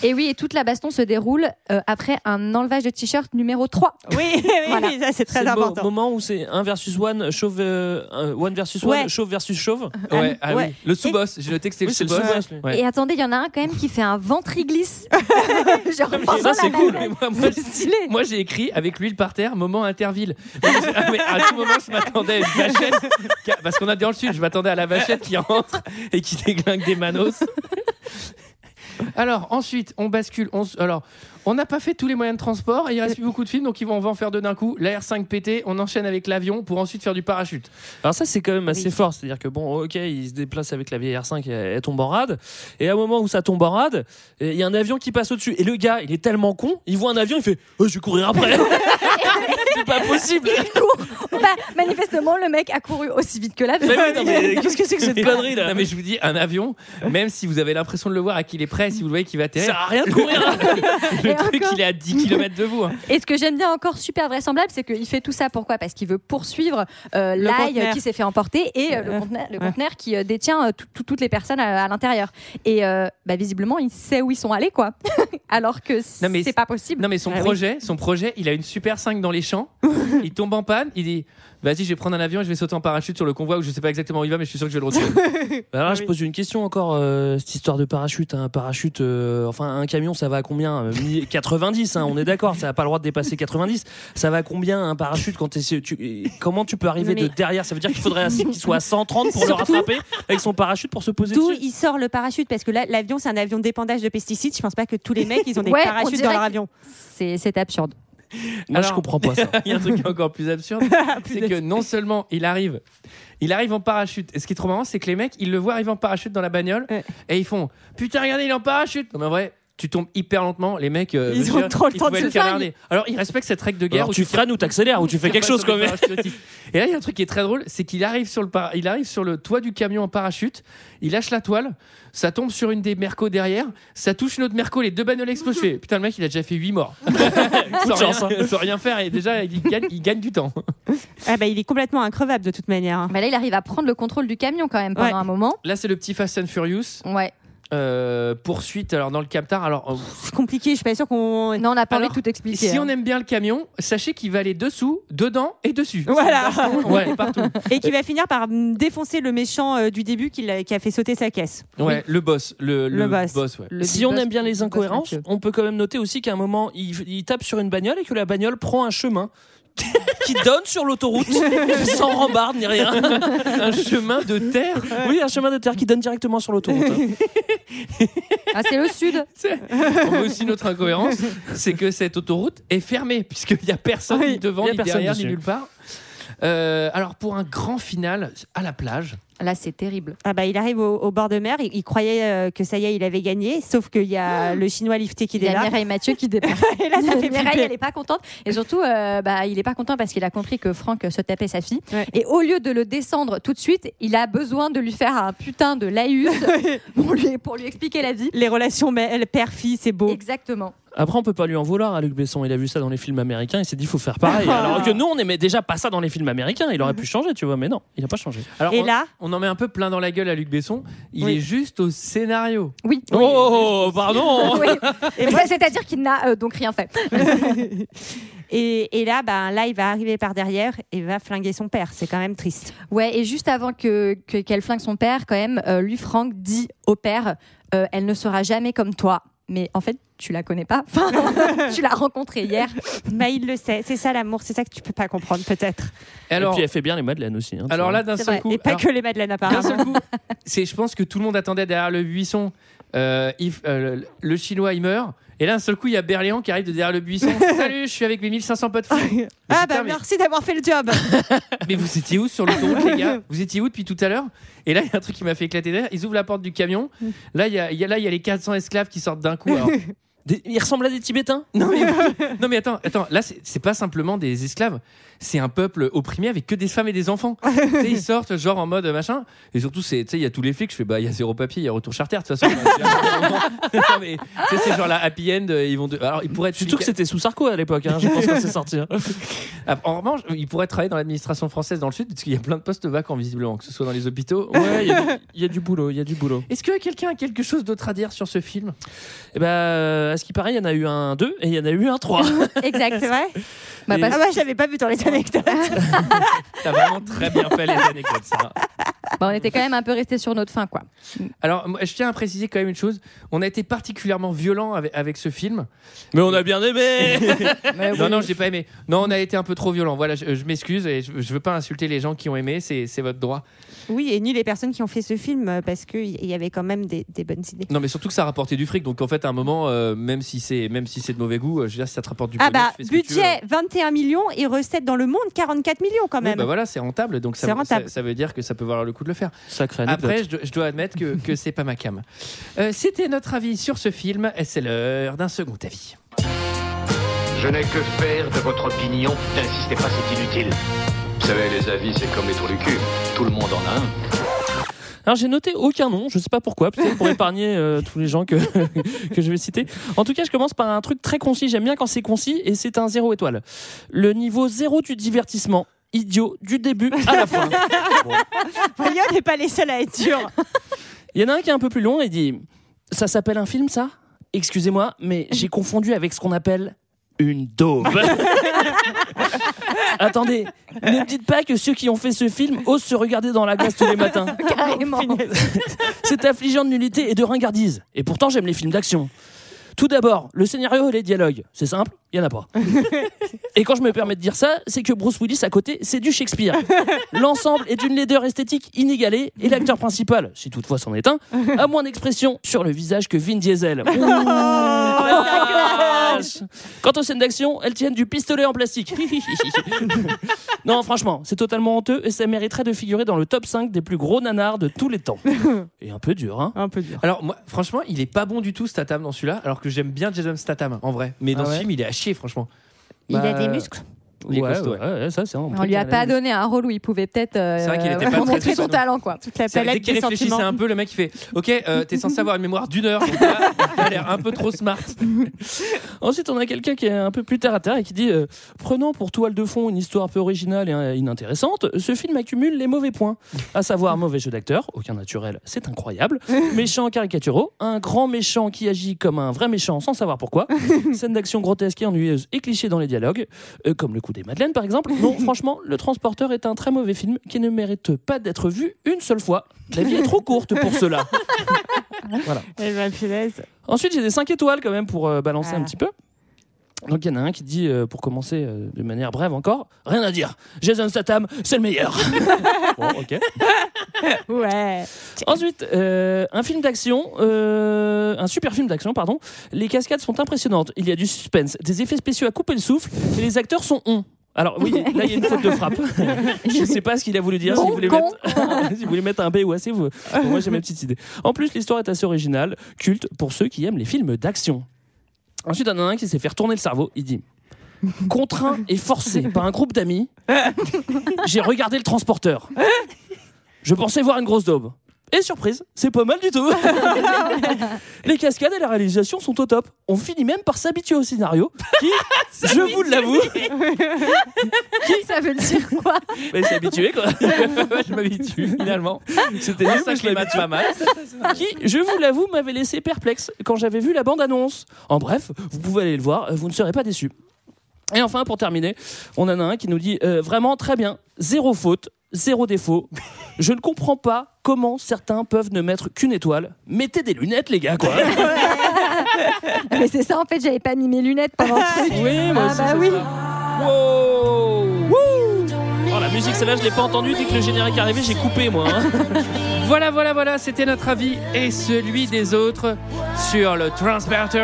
[SPEAKER 11] Et oui, et toute la baston se déroule euh, après un enlevage de t-shirt numéro 3.
[SPEAKER 6] Oui, oui,
[SPEAKER 11] Voilà.
[SPEAKER 6] oui, ça c'est très
[SPEAKER 7] le mo-
[SPEAKER 6] important.
[SPEAKER 7] moment où c'est 1 versus 1, chauve, euh, un- one versus one,
[SPEAKER 6] Ouais.
[SPEAKER 7] chauve versus chauve.
[SPEAKER 1] Ouais, ah oui.
[SPEAKER 6] ouais.
[SPEAKER 1] le sous-boss. J'ai noté que c'était
[SPEAKER 7] Oui, c'est
[SPEAKER 1] le
[SPEAKER 7] le
[SPEAKER 1] sous-boss.
[SPEAKER 7] sous-boss, lui.
[SPEAKER 1] Ouais.
[SPEAKER 11] Et attendez, il y en a un quand même qui fait un ventriglisse. Genre pendant
[SPEAKER 1] Ça c'est
[SPEAKER 11] la
[SPEAKER 1] cool.
[SPEAKER 11] bataille.
[SPEAKER 1] Moi, moi,
[SPEAKER 11] C'est stylé.
[SPEAKER 1] moi, j'ai écrit avec l'huile par terre, moment interville. Donc, je- ah, mais à tout moment je m'attendais à une vachette qui a- parce qu'on a dit dans le sud, je m'attendais à la vachette qui rentre et qui déglingue des manos. Alors ensuite on bascule. On s- alors on n'a pas fait tous les moyens de transport et il reste plus beaucoup de films donc ils vont, on va en faire deux d'un coup. La R5 PT, on enchaîne avec l'avion pour ensuite faire du parachute.
[SPEAKER 7] Alors ça c'est quand même assez
[SPEAKER 1] Oui.
[SPEAKER 7] fort, c'est-à-dire que bon ok il se déplace avec la vieille R5 et elle tombe en rade, et à un moment où ça tombe en rade, il y a un avion qui passe au-dessus, et le gars il est tellement con, il voit un avion, il fait Oh, je vais courir après C'est pas possible
[SPEAKER 11] Bah, manifestement, le mec a couru aussi vite que l'avion.
[SPEAKER 7] Mais oui, non, mais qu'est-ce que c'est que cette connerie là
[SPEAKER 1] Non mais je vous dis un avion, même si vous avez l'impression de le voir à qu'il est près, si vous le voyez qu'il va
[SPEAKER 7] Ça
[SPEAKER 1] atterrir,
[SPEAKER 7] sert à rien de courir hein.
[SPEAKER 1] le
[SPEAKER 11] Et
[SPEAKER 1] truc
[SPEAKER 11] encore.
[SPEAKER 1] il est à 10 km de vous. hein.
[SPEAKER 11] Et ce que j'aime bien encore super vraisemblable, c'est qu'il fait tout ça pourquoi Parce qu'il veut poursuivre euh, l'ail
[SPEAKER 6] conteneur.
[SPEAKER 11] qui s'est fait emporter et euh, le conteneur, le conteneur qui euh, détient euh, tout- tout- toutes les personnes à, à l'intérieur. Et euh, bah, visiblement, il sait où ils sont allés, quoi. Alors que
[SPEAKER 1] Non, mais
[SPEAKER 11] c'est pas possible.
[SPEAKER 1] Non mais son
[SPEAKER 11] Ah oui.
[SPEAKER 1] projet, son projet, il a une super 5 dans les champs. il tombe en panne, il dit "Vas-y, je vais prendre un avion et je vais sauter en parachute sur le convoi où je sais pas exactement où il va mais je suis sûr que je vais le retrouver."
[SPEAKER 7] Bah alors là, je pose une question encore, euh, cette histoire de parachute. Un parachute, euh, enfin, un camion, ça va à combien Euh, mi- 90, hein, on est d'accord, ça n'a pas le droit de dépasser 90. Ça va à combien un parachute quand t'es- tu, et Comment tu peux arriver
[SPEAKER 6] Mais-
[SPEAKER 7] de derrière Ça veut dire qu'il faudrait assez- qu'il soit à 130 pour le
[SPEAKER 6] Surtout-
[SPEAKER 7] rattraper avec son parachute pour se poser
[SPEAKER 6] D'où
[SPEAKER 7] dessus.
[SPEAKER 6] il sort le parachute parce que là l'avion c'est un avion d'épandage de pesticides. Je pense pas que tous les mecs ils ont des
[SPEAKER 11] Ouais, on
[SPEAKER 6] parachutes
[SPEAKER 11] dirait
[SPEAKER 6] dans leur
[SPEAKER 11] que-
[SPEAKER 6] avion.
[SPEAKER 11] C'est c'est absurde.
[SPEAKER 7] Moi, je
[SPEAKER 1] Alors-
[SPEAKER 7] comprends pas ça.
[SPEAKER 1] il y a un truc qui est encore plus absurde,
[SPEAKER 6] Ah,
[SPEAKER 1] c'est que non seulement il arrive, il arrive en parachute. Et ce qui est trop marrant, c'est que les mecs, ils le voient arriver en parachute dans la bagnole
[SPEAKER 6] Ouais.
[SPEAKER 1] et ils font "Putain, regardez, il est en parachute." Non mais en vrai, tu tombes hyper lentement, les mecs euh,
[SPEAKER 6] Ils
[SPEAKER 1] je
[SPEAKER 6] ont
[SPEAKER 1] veux dire,
[SPEAKER 6] trop le
[SPEAKER 1] ils
[SPEAKER 6] temps de
[SPEAKER 1] pouvaient
[SPEAKER 6] se faire,
[SPEAKER 1] canarder. Alors, ils respectent cette règle de guerre
[SPEAKER 7] Alors,
[SPEAKER 1] où
[SPEAKER 7] tu freines ou t'accélères ou tu fais quelque chose
[SPEAKER 1] sur
[SPEAKER 7] quand
[SPEAKER 1] les
[SPEAKER 7] même.
[SPEAKER 1] parachutistes. Et là, il y a un truc qui est très drôle, c'est qu'il arrive sur le par- il arrive sur le toit du camion en parachute, il lâche la toile, ça tombe sur une des mercos derrière, ça touche une autre merco, les deux bagnoles explosent. Je fais, Putain, le mec, il a déjà fait 8 morts. sans, rien,
[SPEAKER 7] chance, hein.
[SPEAKER 1] sans rien faire et déjà il gagne, il gagne du temps.
[SPEAKER 6] Ah bah, il est complètement increvable de toute manière. hein.
[SPEAKER 11] Bah là, il arrive à prendre le contrôle du camion quand même pendant
[SPEAKER 6] Ouais.
[SPEAKER 11] un moment.
[SPEAKER 1] Là, c'est le petit Fast and Furious.
[SPEAKER 11] Ouais.
[SPEAKER 1] Euh, poursuite alors dans le Captar. Alors euh,
[SPEAKER 6] C'est compliqué. Je suis pas sûre qu'on.
[SPEAKER 11] Non, on n'a pas
[SPEAKER 1] Alors,
[SPEAKER 11] envie de tout expliquer.
[SPEAKER 1] si
[SPEAKER 11] hein.
[SPEAKER 1] on aime bien le camion, sachez qu'il va aller dessous, dedans et dessus.
[SPEAKER 6] Voilà.
[SPEAKER 1] Ouais, partout.
[SPEAKER 6] Et qui va finir par mm, défoncer le méchant euh, du début qui, l'a- qui a fait sauter sa caisse.
[SPEAKER 1] Ouais, le boss, le,
[SPEAKER 6] Le boss.
[SPEAKER 1] ouais.
[SPEAKER 11] Le
[SPEAKER 7] Si
[SPEAKER 11] big
[SPEAKER 7] on
[SPEAKER 11] boss-
[SPEAKER 7] aime bien les
[SPEAKER 11] big boss
[SPEAKER 7] incohérences,
[SPEAKER 11] Mathieu.
[SPEAKER 7] on peut quand même noter aussi qu'à un moment, il, il tape sur une bagnole et que la bagnole prend un chemin qui donne sur l'autoroute sans rambarde ni rien.
[SPEAKER 1] Un chemin de terre.
[SPEAKER 7] Oui, un chemin de terre qui donne directement sur l'autoroute. hein.
[SPEAKER 11] Ah, c'est le sud.
[SPEAKER 1] C'est- On voit aussi notre incohérence, c'est que cette autoroute est fermée, puisqu'il n'y a personne ni devant,
[SPEAKER 7] il y a
[SPEAKER 1] ni
[SPEAKER 7] personne
[SPEAKER 1] derrière, ni
[SPEAKER 7] dessus.
[SPEAKER 1] nulle part. Euh, alors, pour un grand final à la plage,
[SPEAKER 11] Là, c'est terrible.
[SPEAKER 6] Ah bah, il arrive au, au bord de mer. Il, il croyait euh, que ça y est, il avait gagné. Sauf qu'il y a le chinois lifté qui
[SPEAKER 11] Ah. Il y a
[SPEAKER 6] débarque.
[SPEAKER 11] Mireille Mathieu qui débarque.
[SPEAKER 6] Et là, ça fait
[SPEAKER 11] Mireille,
[SPEAKER 6] flipper.
[SPEAKER 11] elle est pas contente. Et surtout, euh, bah, il est pas content parce qu'il a compris que Franck se tapait sa fille.
[SPEAKER 6] Ouais.
[SPEAKER 11] Et au lieu de le descendre tout de suite, il a besoin de lui faire un putain de laïus pour, lui, pour lui expliquer la vie.
[SPEAKER 6] Les relations mais- le père-fille, c'est beau.
[SPEAKER 11] Exactement.
[SPEAKER 7] Après, on peut pas lui en vouloir à Luc Besson. Il a vu ça dans les films américains. Il s'est dit, faut faire pareil. Ah, Alors que nous, on aimait déjà pas ça dans les films américains. Il aurait pu changer, tu vois. Mais non, il a pas changé.
[SPEAKER 1] alors
[SPEAKER 6] Et
[SPEAKER 1] on,
[SPEAKER 6] là,
[SPEAKER 1] on en met un peu plein dans la gueule à Luc Besson. Il
[SPEAKER 6] Oui.
[SPEAKER 1] est juste au scénario.
[SPEAKER 11] Oui.
[SPEAKER 7] Oh, pardon.
[SPEAKER 11] Oui.
[SPEAKER 6] et, moi-
[SPEAKER 11] C'est-à-dire qu'il n'a euh, donc rien fait.
[SPEAKER 6] et- et là, ben, là, il va arriver par derrière et va flinguer son père. C'est quand même triste.
[SPEAKER 11] Ouais, et juste avant que que- qu'elle flingue son père, quand même, euh, lui, Franck, dit au père euh, Elle ne sera jamais comme toi. Mais en fait, tu la connais pas. Enfin, tu l'as rencontrée hier.
[SPEAKER 6] Mais il le sait. C'est ça l'amour. C'est ça que tu peux pas comprendre peut-être.
[SPEAKER 1] Et alors,
[SPEAKER 7] Et puis, elle fait bien les madeleines aussi. hein, tu
[SPEAKER 1] alors
[SPEAKER 7] vois.
[SPEAKER 1] là, d'un
[SPEAKER 6] C'est
[SPEAKER 1] seul
[SPEAKER 6] vrai.
[SPEAKER 1] coup,
[SPEAKER 6] et pas
[SPEAKER 1] alors,
[SPEAKER 6] que les Madeleines
[SPEAKER 1] d'un
[SPEAKER 6] apparemment.
[SPEAKER 1] seul coup, c'est, je pense que tout le monde attendait derrière le buisson. euh, il- euh, le, le chinois, il meurt. Et là, d'un seul coup, il y a Berléand qui arrive de derrière le buisson. Salut, je suis avec mes 1500 potes. fous. Mais
[SPEAKER 6] Ah
[SPEAKER 1] putain,
[SPEAKER 6] bah
[SPEAKER 1] mais-
[SPEAKER 6] merci d'avoir fait le job.
[SPEAKER 1] Mais vous étiez où sur l'autoroute, les gars Vous étiez où depuis tout à l'heure Et là, il y a un truc qui m'a fait éclater d'air. Ils ouvrent la porte du camion.
[SPEAKER 6] Mm.
[SPEAKER 1] Là, il y a, il y a- là, il y a les 400 esclaves qui sortent d'un coup. alors.
[SPEAKER 7] Des- Ils ressemblent à des Tibétains
[SPEAKER 1] Non mais, non, mais attends, attends, là c'est c'est pas simplement des esclaves, c'est un peuple opprimé avec que des femmes et des enfants. Tu sais, ils sortent genre en mode machin, et surtout c'est, tu sais, il y a tous les flics, je fais bah il y a zéro papier, il y a retour charter de toute façon. non mais tu sais, c'est genre la happy end, euh, ils vont. de- Alors ils pourraient. être
[SPEAKER 7] Surtout que c'était sous Sarko à l'époque, hein, je pense que c'est sorti. hein.
[SPEAKER 1] Ah, En revanche, ils pourraient travailler dans l'administration française dans le sud, parce qu'il y a plein de postes vacants visiblement, que ce soit dans les hôpitaux.
[SPEAKER 7] Ouais, il y a du- il y, a du boulot, il y a du boulot.
[SPEAKER 1] Est-ce que quelqu'un a quelque chose d'autre à dire sur ce film
[SPEAKER 7] Et ben, euh, à ce qui paraît, il y en a eu un 2 et il y en a eu un 3.
[SPEAKER 11] Exact.
[SPEAKER 6] C'est vrai
[SPEAKER 11] Bah,
[SPEAKER 7] Et-
[SPEAKER 11] parce-
[SPEAKER 6] Ah bah je l'avais pas vu dans les anecdotes.
[SPEAKER 1] T'as vraiment très bien fait les anecdotes, Sarah.
[SPEAKER 11] Bah, on était quand même un peu resté sur notre fin, quoi.
[SPEAKER 1] Alors, moi, je tiens à préciser quand même une chose. On a été particulièrement violent avec, avec ce film.
[SPEAKER 7] Mais on a bien aimé
[SPEAKER 1] Non, non, j'ai pas aimé. Non, on a été un peu trop violent. Voilà, je, je m'excuse et je, je veux pas insulter les gens qui ont aimé. C'est c'est votre droit.
[SPEAKER 6] Oui, et ni les personnes qui ont fait ce film euh, parce qu'il y y avait quand même des, des bonnes idées.
[SPEAKER 1] Non, mais surtout que ça rapportait du fric. Donc, en fait, à un moment, euh, même si c'est même si c'est de mauvais goût, euh, je veux dire, si ça te rapporte du
[SPEAKER 6] ah
[SPEAKER 1] pognon,
[SPEAKER 6] bah
[SPEAKER 1] tu fais ce que tu veux. hein.
[SPEAKER 6] budget 21 millions et recettes dans le monde 44 millions quand
[SPEAKER 1] Oui,
[SPEAKER 6] même.
[SPEAKER 1] bah voilà, c'est rentable, donc ça,
[SPEAKER 6] C'est rentable.
[SPEAKER 1] ça- ça veut dire que ça peut valoir le coup de le faire.
[SPEAKER 7] Sacré
[SPEAKER 1] Après, je, dois- je dois admettre que, que c'est pas ma cam. Euh, C'était notre avis sur ce film, et c'est l'heure d'un second avis.
[SPEAKER 15] Je n'ai que faire de votre opinion. N'insistez pas, c'est inutile. Vous savez, les avis, c'est comme les trous du cul. Tout le monde en a un.
[SPEAKER 7] Alors j'ai noté aucun nom, je sais pas pourquoi, peut-être pour épargner euh, tous les gens que, que je vais citer. En tout cas, je commence par un truc très concis, j'aime bien quand c'est concis et c'est un zéro étoile. Le niveau zéro du divertissement, idiot du début à la fin.
[SPEAKER 6] Voyons, on n'est pas les seuls à être durs.
[SPEAKER 7] Il y en a un qui est un peu plus long et dit Ça s'appelle un film, ça Excusez-moi, mais j'ai confondu avec ce qu'on appelle une daube. Attendez, ne me dites pas que ceux qui ont fait ce film osent se regarder dans la glace tous les matins.
[SPEAKER 11] Carrément.
[SPEAKER 7] C'est affligeant de nullité et de ringardise. Et pourtant, j'aime les films d'action. Tout d'abord, le scénario et les dialogues. C'est simple, il n'y en a pas. Et quand je me permets de dire ça, c'est que Bruce Willis à côté, c'est du Shakespeare. L'ensemble est d'une laideur esthétique inégalée et l'acteur principal, si toutefois c'en est un, a moins d'expression sur le visage que Vin Diesel. Ouh, la vache. Quant aux scènes d'action, elles tiennent du pistolet en plastique. non, franchement, c'est totalement honteux et ça mériterait de figurer dans le top 5 des plus gros nanars de tous les temps. Et un peu dur, hein
[SPEAKER 6] Un peu dur.
[SPEAKER 1] Alors, moi, franchement, il est pas bon du tout, Statham, dans celui-là, alors que j'aime bien Jason Statham, en vrai. Mais dans
[SPEAKER 7] Ah
[SPEAKER 1] ce
[SPEAKER 7] ouais
[SPEAKER 1] film, il est à chier, franchement.
[SPEAKER 6] Il a des muscles.
[SPEAKER 1] Il est
[SPEAKER 7] Ouais,
[SPEAKER 1] costaud,
[SPEAKER 7] ouais, ouais, ça, c'est un
[SPEAKER 11] On
[SPEAKER 7] truc
[SPEAKER 11] lui
[SPEAKER 7] à
[SPEAKER 11] a
[SPEAKER 7] la
[SPEAKER 11] pas
[SPEAKER 7] limite.
[SPEAKER 11] donné un rôle où il pouvait peut-être euh,
[SPEAKER 1] C'est vrai qu'il était pas très
[SPEAKER 11] montrer son
[SPEAKER 1] doué.
[SPEAKER 11] talent, quoi.
[SPEAKER 6] Toute la
[SPEAKER 1] C'est- Dès qu'il réfléchissait un peu, le mec il fait Ok, euh, t'es censé avoir une mémoire d'une heure, donc là, t'as l'air un peu trop smart.
[SPEAKER 7] Ensuite, on a quelqu'un qui est un peu plus terre à terre et qui dit euh, Prenant pour toile de fond une histoire peu originale et euh, inintéressante, ce film accumule les mauvais points. À savoir, mauvais jeu d'acteur, aucun naturel, c'est incroyable. Méchants caricaturaux, un grand méchant qui agit comme un vrai méchant sans savoir pourquoi. Scène d'action grotesque et ennuyeuse et cliché dans les dialogues, euh, comme le coup des Madeleines par exemple. Non, franchement, Le Transporteur est un très mauvais film qui ne mérite pas d'être vu une seule fois. La vie est trop courte pour cela. voilà.
[SPEAKER 6] Eh ben, punaise.
[SPEAKER 7] Ensuite, j'ai des 5 étoiles quand même pour euh, balancer un petit peu. Donc il y en a un qui dit, euh, pour commencer euh, de manière brève encore, rien à dire. Jason Statham, c'est le meilleur. bon, ok.
[SPEAKER 6] Ouais.
[SPEAKER 7] Ensuite, euh, un film d'action, euh, un super film d'action, pardon. Les cascades sont impressionnantes. Il y a du suspense, des effets spéciaux à couper le souffle, et les acteurs sont on. Alors oui, là il y a une faute de frappe. Je ne sais pas ce qu'il a voulu dire. si
[SPEAKER 12] Bon
[SPEAKER 7] vous voulez
[SPEAKER 12] con.
[SPEAKER 7] mettre, si vous voulez mettre un B ou un C, vous... bon, moi j'ai ma petite idée. En plus, l'histoire est assez originale, culte pour ceux qui aiment les films d'action. Ensuite, il y en a un qui s'est fait retourner le cerveau. Il dit Contraint et forcé par un groupe d'amis, j'ai regardé le transporteur. Je pensais voir une grosse daube. Et surprise, c'est pas mal du tout. Les cascades et la réalisation sont au top. On finit même par s'habituer au scénario, qui, je vous l'avoue,
[SPEAKER 11] Ça veut dire quoi
[SPEAKER 7] mais c'est habitué quoi.
[SPEAKER 1] je m'habitue finalement.
[SPEAKER 7] C'était
[SPEAKER 1] Ah,
[SPEAKER 7] juste
[SPEAKER 1] ça,
[SPEAKER 7] que
[SPEAKER 1] je
[SPEAKER 7] je
[SPEAKER 1] les mate
[SPEAKER 7] l'habitue.
[SPEAKER 1] pas mal.
[SPEAKER 7] Qui, je vous l'avoue, m'avait laissé perplexe quand j'avais vu la bande-annonce. En bref, vous pouvez aller le voir, euh, vous ne serez pas déçus. Et enfin, pour terminer, on en a un qui nous dit euh, vraiment très bien, zéro faute, zéro défaut. Je ne comprends pas comment certains peuvent ne mettre qu'une étoile. Mettez des lunettes, les gars, quoi.
[SPEAKER 11] Mais c'est ça, en fait, j'avais pas mis mes lunettes pendant le truc.
[SPEAKER 7] bah Oui, moi
[SPEAKER 11] ah
[SPEAKER 7] aussi,
[SPEAKER 11] bah
[SPEAKER 7] c'est
[SPEAKER 11] oui.
[SPEAKER 7] ça. Wow. Oh, la musique. musique, celle-là, je l'ai pas entendue. Dès que le générique est arrivé, j'ai coupé, moi. hein.
[SPEAKER 1] Voilà, voilà, voilà, c'était notre avis et celui des autres sur le Transporter.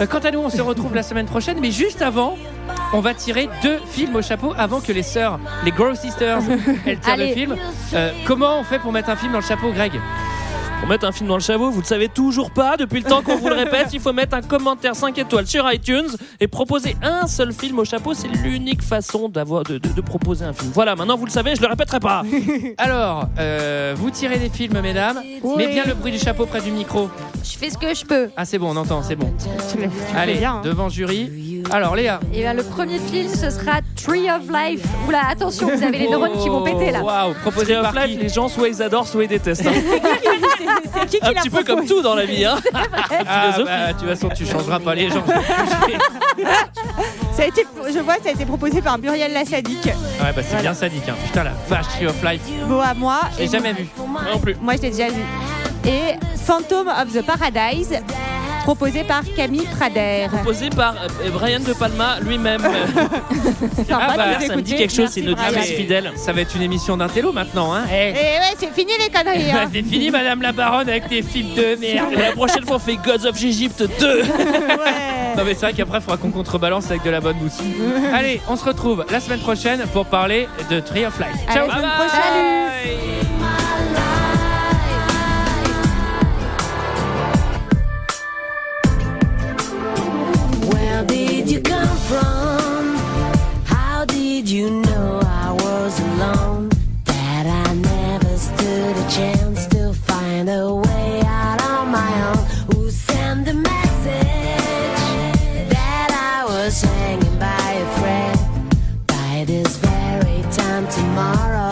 [SPEAKER 1] Euh, Quant à nous, on se retrouve la semaine prochaine, mais juste avant, on va tirer deux films au chapeau avant que les sœurs, les Grow Sisters, elles tirent le
[SPEAKER 7] Allez.
[SPEAKER 1] film. Euh, comment on fait pour mettre un film dans le chapeau, Greg
[SPEAKER 7] Pour mettre un film dans le chapeau, vous le savez toujours pas. Depuis le temps qu'on vous le répète, il faut mettre un commentaire 5 étoiles sur iTunes et proposer un seul film au chapeau. C'est l'unique façon d'avoir de, de- de proposer un film. Voilà, maintenant vous le savez, je le répéterai pas.
[SPEAKER 1] Alors, euh, vous tirez des films, mesdames,
[SPEAKER 11] Oui.
[SPEAKER 1] mais bien le bruit du chapeau près du micro.
[SPEAKER 11] Je fais ce que je peux.
[SPEAKER 1] Ah, c'est bon, on entend, c'est bon.
[SPEAKER 11] fais
[SPEAKER 1] Allez,
[SPEAKER 11] bien, hein.
[SPEAKER 1] devant jury. Alors, Léa.
[SPEAKER 11] Et bien, le premier film, ce sera Tree of Life. Oula, attention, vous avez les neurones qui vont péter là.
[SPEAKER 1] Waouh, Oh, proposé
[SPEAKER 7] of Life, les gens soit ils adorent, soit ils détestent. hein.
[SPEAKER 11] C'est qui qui
[SPEAKER 7] un
[SPEAKER 11] l'a
[SPEAKER 7] petit peu comme tout dans la vie. Hein.
[SPEAKER 1] Ah, bah, de toute façon, tu changeras pas les gens.
[SPEAKER 16] Ça a été, je vois, ça a été proposé par Muriel Lassadik.
[SPEAKER 1] Ouais, bah c'est bien sadique, hein. Putain, la vache, Tree of Life.
[SPEAKER 16] Beau à moi.
[SPEAKER 1] Je l'ai
[SPEAKER 16] Et-
[SPEAKER 1] jamais vu. Non plus.
[SPEAKER 16] Moi, je l'ai déjà vu. Et Phantom of the Paradise, proposé par Camille Prader.
[SPEAKER 7] Posé par euh, Brian De Palma lui-même. Ah,
[SPEAKER 16] Sympa de Ah, bah, nous
[SPEAKER 7] bah, ça me dit
[SPEAKER 16] écouter.
[SPEAKER 7] quelque chose, c'est une
[SPEAKER 16] Merci,
[SPEAKER 7] auditrice
[SPEAKER 16] Brian.
[SPEAKER 7] fidèle.
[SPEAKER 1] Ça va être une émission d'intello maintenant, hein.
[SPEAKER 16] Et Eh
[SPEAKER 6] eh,
[SPEAKER 16] ouais, c'est fini les conneries.
[SPEAKER 1] Bah,
[SPEAKER 16] hein.
[SPEAKER 1] c'est fini, madame la baronne, avec tes films de merde.
[SPEAKER 7] La prochaine fois, on fait Gods of Egypt 2.
[SPEAKER 1] Non, mais c'est vrai qu'après, il faudra qu'on contrebalance avec de la bonne bouffe. Allez, on se retrouve la semaine prochaine pour parler de Tree of Life.
[SPEAKER 16] À la
[SPEAKER 1] Ciao,
[SPEAKER 16] semaine
[SPEAKER 1] Bye bye.
[SPEAKER 16] prochaine.
[SPEAKER 17] Where did you come from? How did you know I was alone? That I never stood a chance to find a way out on my own. Who sent the message that I was hanging by a thread? By this very time tomorrow,
[SPEAKER 11] Oh,